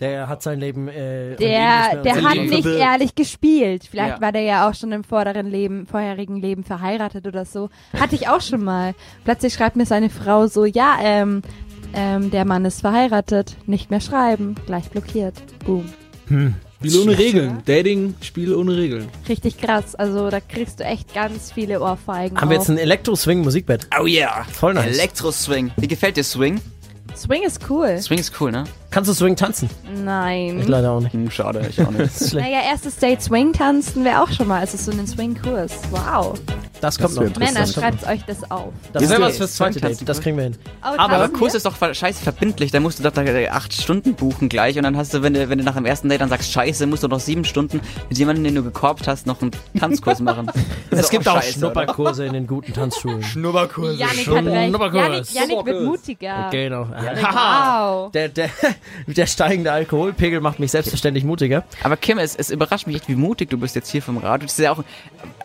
Der hat sein Leben. Äh,
Der, der hat
Leben
nicht ehrlich gespielt. Vielleicht
Ja.
war der ja auch schon im vorderen Leben, vorherigen Leben verheiratet oder so. Hatte ich auch schon mal. Plötzlich schreibt mir seine Frau so, ja, ähm, ähm, der Mann ist verheiratet, nicht mehr schreiben, gleich blockiert. Boom.
Spiel ohne Regeln. Dating, Spiel ohne Regeln.
Richtig krass. Also da kriegst du echt ganz viele Ohrfeigen.
Haben wir jetzt
auch.
ein Elektro-Swing-Musikbett?
Oh yeah!
Voll nice.
Elektro-Swing. Wie gefällt dir Swing?
Swing ist cool.
Swing ist cool, ne?
Kannst du Swing tanzen? Ich
Nein.
leider auch nicht.
schade, ich auch nicht.
Das, ist schlecht.
Naja, erstes Date Swing tanzen wäre auch schon mal. Es ist so ein Swing-Kurs. Wow.
das kommt
wär
noch.
Männer,
das kommt
schreibt euch das auf.
noch. Das wäre
Ja,
was fürs zweite
tanzen,
Date. Das kriegen wir hin.
Oh,
Aber
tanzen
Kurs
wir?
ist doch ver- scheiße verbindlich. Da musst du doch da da acht Stunden buchen gleich und dann hast du, wenn du, wenn du nach dem ersten Date dann sagst, scheiße, musst du noch sieben Stunden mit jemandem, den du gekorbt hast, noch einen Tanzkurs machen. Das
Es
ist
gibt auch
scheiße, oder?
Schnupperkurse in den guten Tanzschulen.
Schnupperkurse.
Janik
Schon
hat recht.
Nubberkurs.
Janik, Janik wird mutiger.
Genau.
Wow.
Der, der, der steigende Alkoholpegel macht mich selbstverständlich mutiger.
Aber Kim, es, es überrascht mich echt, wie mutig du bist jetzt hier vom Radio. Das ist ja auch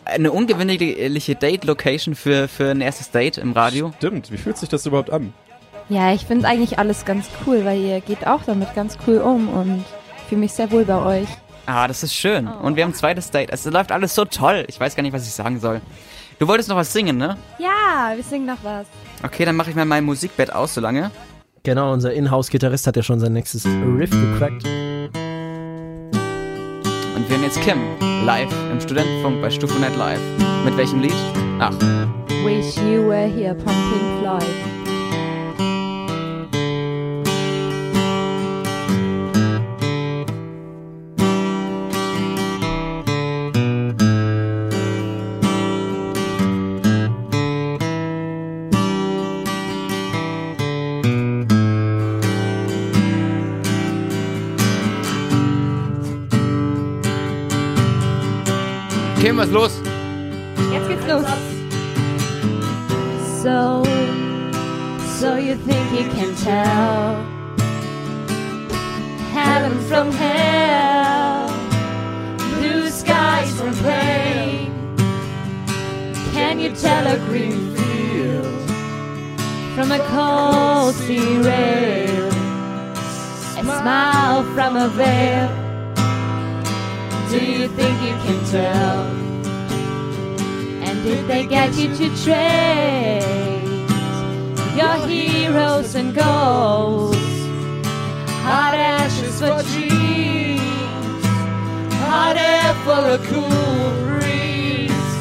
eine ungewöhnliche Date-Location für, für ein erstes Date im Radio.
Stimmt, wie fühlt sich das überhaupt an?
Ja, ich finde eigentlich alles ganz cool, weil ihr geht auch damit ganz cool um und fühle mich sehr wohl bei euch.
Ah, das ist schön. Und wir haben ein zweites Date. Also, Es läuft alles so toll. Ich weiß gar nicht, was ich sagen soll. Du wolltest noch was singen, ne?
Ja, wir singen noch was.
Okay, dann mache ich mal mein Musikbett aus, solange.
Genau, unser Inhouse-Gitarrist hat ja schon sein nächstes Riff gecrackt.
Und wir haben jetzt Kim live im Studentenfunk bei Stufe Net Live. Mit welchem Lied? Ach,
Wish you were here, Pumpkin Floyd.
Kim, was ist los?
Jetzt geht's los. So, so you think you can tell heaven from hell, blue skies from pain? Can you tell a green field from a cold sea rail? A smile from a veil. Do you think you can tell? And did they get you to trade your heroes and goals? Hot ashes for trees, hot air for a cool breeze,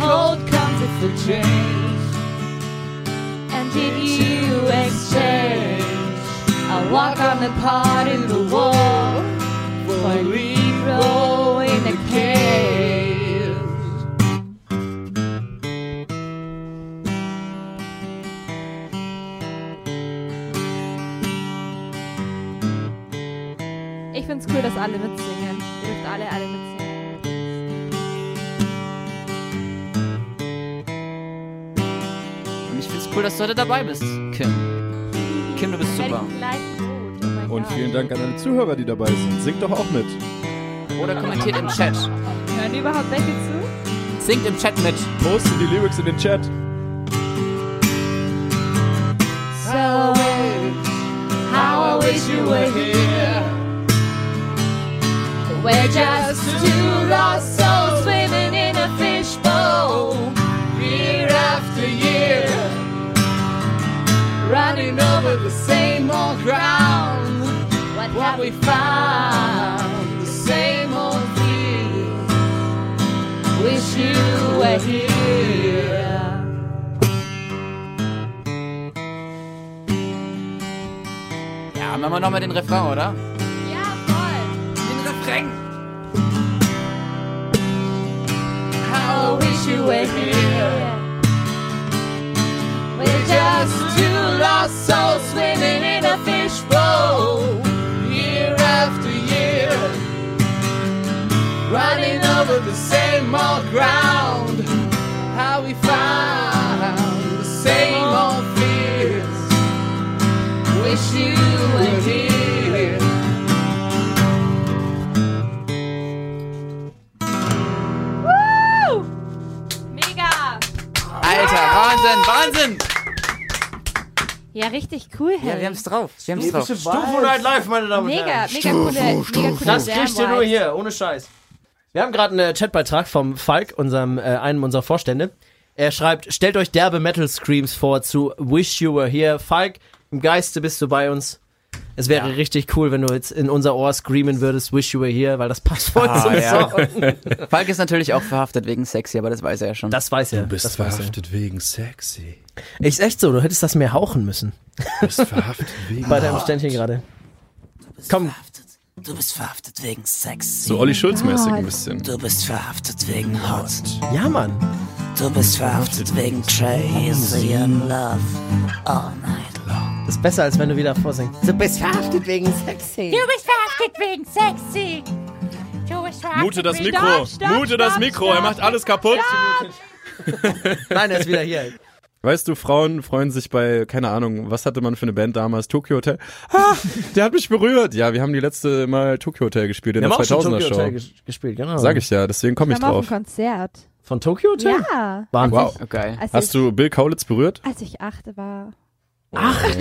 cold comfort for change. And did you exchange a walk on the part in the wall for a leaf roll in a cave?
Ich find's cool, dass alle mitsingen. Ihr dürft alle, alle mitsingen.
Und ich find's cool, dass du heute dabei bist, Kim. Kim, du bist super.
Oh
Und vielen Dank an alle Zuhörer, die dabei sind. Singt doch auch mit.
Oder kommentiert im Chat.
Hören überhaupt welche zu?
Singt im Chat mit.
Postet die Lyrics in den Chat.
So I wish, how I wish you were here. We're just two lost souls swimming in a fishbowl, year after year, running over the same old ground. What have we found? The same old fear. Wish you were here.
Ja, machen wir nochmal den Refrain, oder?
Ja, voll.
Den Refrain.
How I wish you were here. We're just two lost souls swimming in a fishbowl, year after year, running over the same old ground. How we found the same old fears. Wish you were here.
Woo! Mega!
Alter, Wahnsinn, Wahnsinn.
Ja, richtig cool, Harry.
Ja, wir haben's drauf. Wir haben's drauf.
Stufe Night Live, meine Damen und
Mega,
Herren.
mega coole, mega coole
Das kriegt ihr nur
Soundbites.
hier, ohne Scheiß. Wir haben gerade einen äh, Chatbeitrag vom Falk, unserem, äh, einem unserer Vorstände. Er schreibt, stellt euch derbe Metal Screams vor zu Wish You Were Here. Falk, im Geiste bist du bei uns. Es wäre richtig cool, wenn du jetzt in unser Ohr screamen würdest, Wish You Were Here, weil das passt voll
Ah,
zum
ja.
Song.
Falk ist natürlich auch verhaftet wegen Sexy, aber das weiß er ja schon.
Das weiß er.
Du bist
das weiß er.
verhaftet wegen sexy.
Ich echt so, du hättest das mehr hauchen müssen.
Du bist verhaftet wegen
Bei deinem Ständchen gerade. Komm,
Du bist verhaftet wegen Sexy.
So Olli Schulz-mäßig ein bisschen.
Du bist verhaftet wegen Hot.
ja Mann.
Du bist verhaftet wegen Crazy in Love.
Das ist besser, als wenn du wieder vorsingst.
Du bist verhaftet wegen Sexy.
Du bist verhaftet wegen sexy. Du bist verhaftet
Mute das
wegen-
Mikro.
Stopp, stopp,
Mute das
stopp,
Mikro. Er macht alles kaputt.
Nein, er ist wieder hier.
Weißt du, Frauen freuen sich bei, keine Ahnung, was hatte man für eine Band damals? Tokyo Hotel. Ah, der hat mich berührt. Ja, wir haben die letzte Mal Tokyo Hotel gespielt in
Wir
der
haben auch schon Tokyo
2000er
Hotel
Show.
ges- gespielt, genau.
Sag ich ja, deswegen komme ich
Wir haben auf
drauf.
ein Konzert.
Von Tokyo Hotel?
Ja.
Wahnsinn.
Oh,
Wow.
Okay.
Als
Hast
ich,
du Bill Kaulitz berührt?
Als ich achte war.
Acht?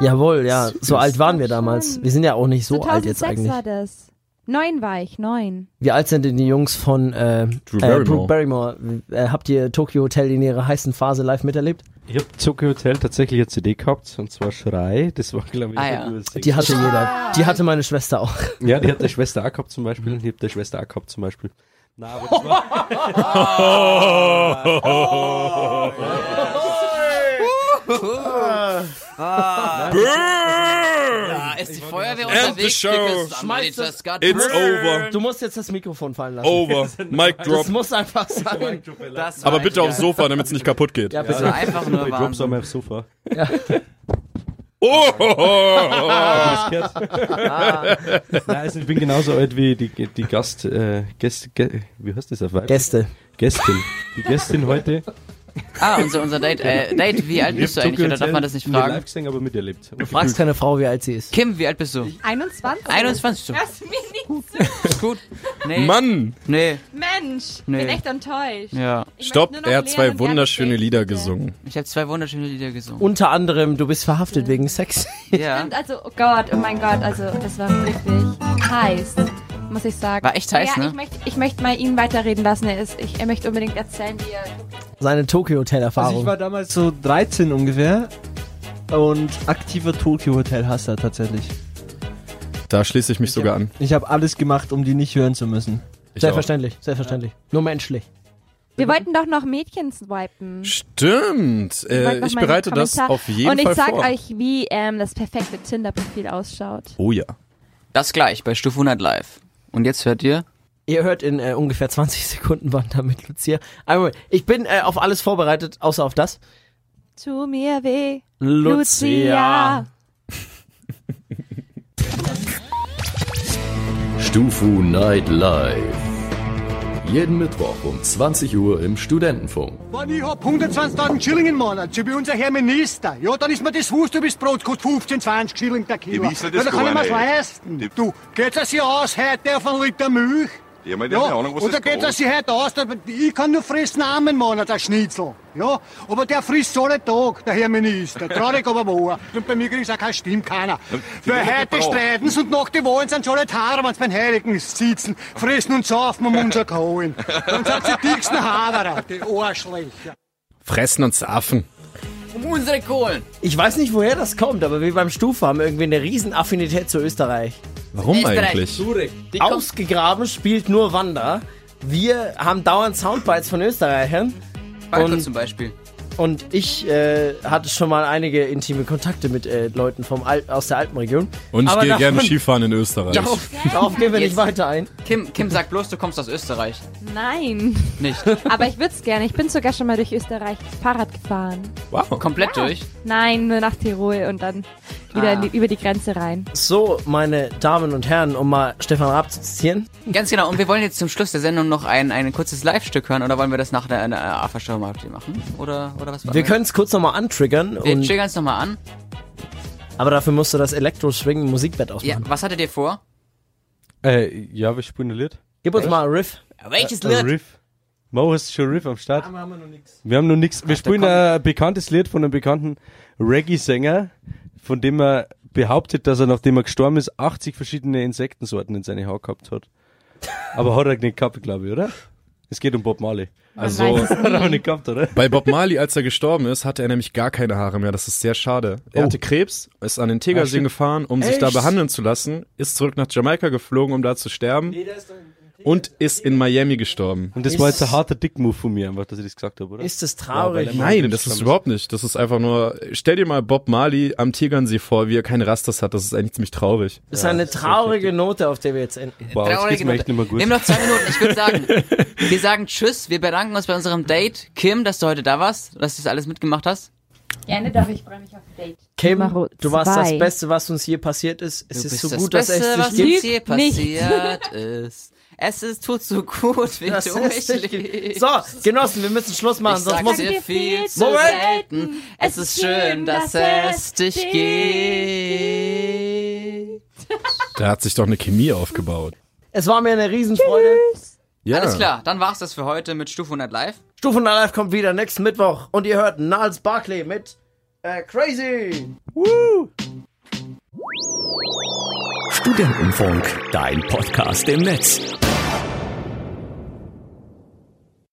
Jawohl, ja. So alt waren wir damals. Wir sind ja auch nicht so alt jetzt
2006
eigentlich.
war das. Neun war ich, neun.
Wie alt sind denn die Jungs von äh, Drew Äh,
Barrymore.
Brooke Barrymore? Äh, habt ihr Tokyo Hotel in ihrer heißen Phase live miterlebt?
Ich habe Tokyo Hotel tatsächlich eine CD gehabt, und zwar Schrei. Das war, glaube ich,
Ah,
eine
ja.
Übersetzung.
Die hatte jeder. Die hatte meine Schwester auch.
Ja, die hat der Schwester auch gehabt zum Beispiel und ich hab der Schwester auch gehabt zum Beispiel. Na, aber das
Ah.
Da ist die Feuerwehr
End the
unterwegs.
show.
Dickes
Schmeiß das-
It's
It's
over.
Du musst jetzt das Mikrofon fallen lassen.
Over.
Mic drop.
Das muss einfach sein.
Das war
Aber bitte
echt
aufs
geil.
Sofa, damit es nicht kaputt geht.
Ja, bitte. Ja,
einfach nur
Ich drop's
Wahnsinn.
einmal aufs Sofa.
Oh!
Hab ich's gehört? Nein, also ich bin genauso alt wie die, die Gast, äh, Gäste, Gä- wie heißt das auf Weib?
Gäste.
Gästin. Die Gästin heute.
Ah, unser, unser Date. Äh, Date, wie alt bist du
Lebt
eigentlich? Oder
Tokyo
darf man das nicht
Hotel, nie
fragen?
live gesehen, aber miterlebt.
Du fragst keine Frau, wie alt sie ist.
Kim, wie alt bist du?
21.
21 schon.
Das ist mir nicht so.
Gut. Nee.
Mann!
Nee.
Mensch,
Nee.
bin echt enttäuscht.
Ja.
Ich
Stopp,
möchte nur noch
er hat zwei
lernen, wer
wunderschöne Lieder gesungen.
Ich habe zwei wunderschöne Lieder gesungen.
Unter anderem, du bist verhaftet wegen Sex.
Ja.
Stimmt, also, oh Gott, oh mein Gott, also, das war wirklich heiß, muss ich sagen.
War echt heiß,
ja,
ne?
Ich möchte, ich möchte mal ihn weiterreden lassen. Er, ist, ich, er möchte unbedingt erzählen, wie er.
Seine Tokyo Hotel
Also ich
Erfahrung.
war damals so 13 ungefähr und aktiver Tokyo Hotel Hasser tatsächlich.
Da schließe ich mich sogar an.
Ich habe alles gemacht, um die nicht hören zu müssen.
Selbstverständlich, selbstverständlich. Nur menschlich.
Wir wollten doch noch Mädchen swipen.
Stimmt.
Ihr wollt
Äh,
noch
ich
meine
bereite das
Kommentare-
auf jeden
Und ich
Fall
sag
vor.
euch, wie ähm, das perfekte Tinder-Profil ausschaut.
Oh ja.
Das gleich bei Stufe 100 live. Und jetzt hört ihr?
Ihr hört in äh, ungefähr 20 Sekunden Wander mit Lucia. Einmal, ich bin äh, auf alles vorbereitet, außer auf das.
Tu mir weh.
Lucia.
Stufu Night Live. Jeden Mittwoch um 20 Uhr im Studentenfunk.
Mann, ich hab 120.000 Schilling im Monat. So wie unser Herr Minister. Ja, dann ist mir das Wurst übers Brot, kostet 15, 20 Schilling der Kilo.
Ich weiß ja das
ja, dann kann ich
gar
mir's
nicht.
leisten. Du, geht's euch aus heute auf einen Liter Milch?
Ja, man, der hat keine Ahnung, was
oder
das
geht's euch
kostet.
heute aus? Da- Ich kann nur fressen einen Monat, ein Schnitzel. Ja, aber der frisst so einen Tag, der Herr Minister. Traurig, aber wahr. Und bei mir kriegt's auch kein Stimm, keiner.
die
Weil
wird
heute
gebraucht.
streiten's und nach die Wahlen sind schon nicht Haare, wenn's beim Heiligen sitzen. Fressen und saufen um unser Kohlen. Dann sind sie die dicksten Haderer, die Arschlöcher.
Fressen und Safen.
Um unsere Kohlen.
Ich weiß nicht, woher das kommt, aber wir beim Stufe haben irgendwie eine riesen Affinität zu Österreich.
Warum Österreich. eigentlich?
Die kommt- Ausgegraben spielt nur Wander. Wir haben dauernd Soundbites von Österreichern.
Balkan zum Beispiel.
Und ich äh, hatte schon mal einige intime Kontakte mit äh, Leuten vom Al aus der Alpenregion.
Und ich
Aber
gehe gerne
davon-
Skifahren in Österreich.
Darauf,
darauf gehen wir nicht weiter ein.
Kim, Kim sagt bloß, du kommst aus Österreich.
Nein.
Nicht.
Aber ich würde es gerne. Ich bin sogar schon mal durch Österreich Fahrrad gefahren.
Wow.
Komplett durch.
Nein, nur nach Tirol und dann wieder
Ah.
in die, über die Grenze rein.
So, meine Damen und Herren, um mal Stefan Raab zu zitieren.
Ganz genau. Und wir wollen jetzt zum Schluss der Sendung noch ein, ein kurzes Live-Stück hören. Oder wollen wir das nach der einer Aftershow mal machen? Oder, oder was?
Wir können es kurz nochmal antriggern.
Wir
Und,
triggern es nochmal an.
aber dafür musst du das Elektro-Swing-Musikbett
Ja,
ausmachen.
was hattet ihr vor?
Äh, ja, wir spielen ein Lied.
Gib uns
Was?
mal ein Riff.
Welches
Äh, ein Riff. Mo, hast du schon Riff am Start?
Wir haben noch nichts.
Wir haben noch nichts. Wir spielen ein bekanntes Lied von einem bekannten Reggae-Sänger, von dem er behauptet, dass er, nachdem er gestorben ist, 80 verschiedene Insektensorten in seine Haut gehabt hat. Aber hat er nicht gehabt, glaube ich, oder? Es geht um Bob Marley.
Also,
hat er aber nicht gehabt, oder?
Bei Bob Marley, als er gestorben ist, hatte er nämlich gar keine Haare mehr. Das ist sehr schade. Er
Oh.
hatte Krebs, ist an den Tegersee
stimmt.
gefahren, um sich da
Echt?
behandeln zu lassen, ist zurück nach Jamaika geflogen, um da zu sterben und ist in Miami gestorben.
Und das war jetzt ein harter Dick-Move von mir, einfach, dass ich das gesagt habe, oder?
Ist das traurig?
Ja, weil er mal
Nein, das
gestorben
ist überhaupt nicht. Das ist einfach nur, stell dir mal Bob Marley am Tegernsee vor, wie er keine Rastas hat. Das ist eigentlich ziemlich traurig.
Das ist eine traurige Note, auf der wir jetzt enden.
Wow, jetzt geht's mir echt nicht mehr gut.
Wir haben noch zwei Minuten. Ich würde sagen, wir sagen Tschüss. Wir bedanken uns bei unserem Date. Kim, dass du heute da warst, dass du das alles mitgemacht hast.
Gerne doch, ich freue mich auf Date.
Kim,
Nummer
du warst das
zwei.
Beste, was uns je passiert ist. Es
Du
ist
bist
so
das
gut, dass
Beste,
es
was
dich gibt.
uns je passiert ist. Es ist, tut so gut, wenn
Das
du mich
ist nicht-
liebst.
So, Genossen, wir müssen Schluss machen,
ich
sonst
sag
muss
dir viel zu
Moment.
selten. Es ist schön, dass es dich gibt.
Da hat sich doch eine Chemie aufgebaut.
Es war mir eine Riesenfreude.
Ja.
Alles klar, dann war's das für heute mit Stufe 100 Live.
Stufe 9 Live kommt wieder nächsten Mittwoch und ihr hört Niles Barclay mit Äh, crazy!
Woo! Studentenfunk, dein Podcast im Netz.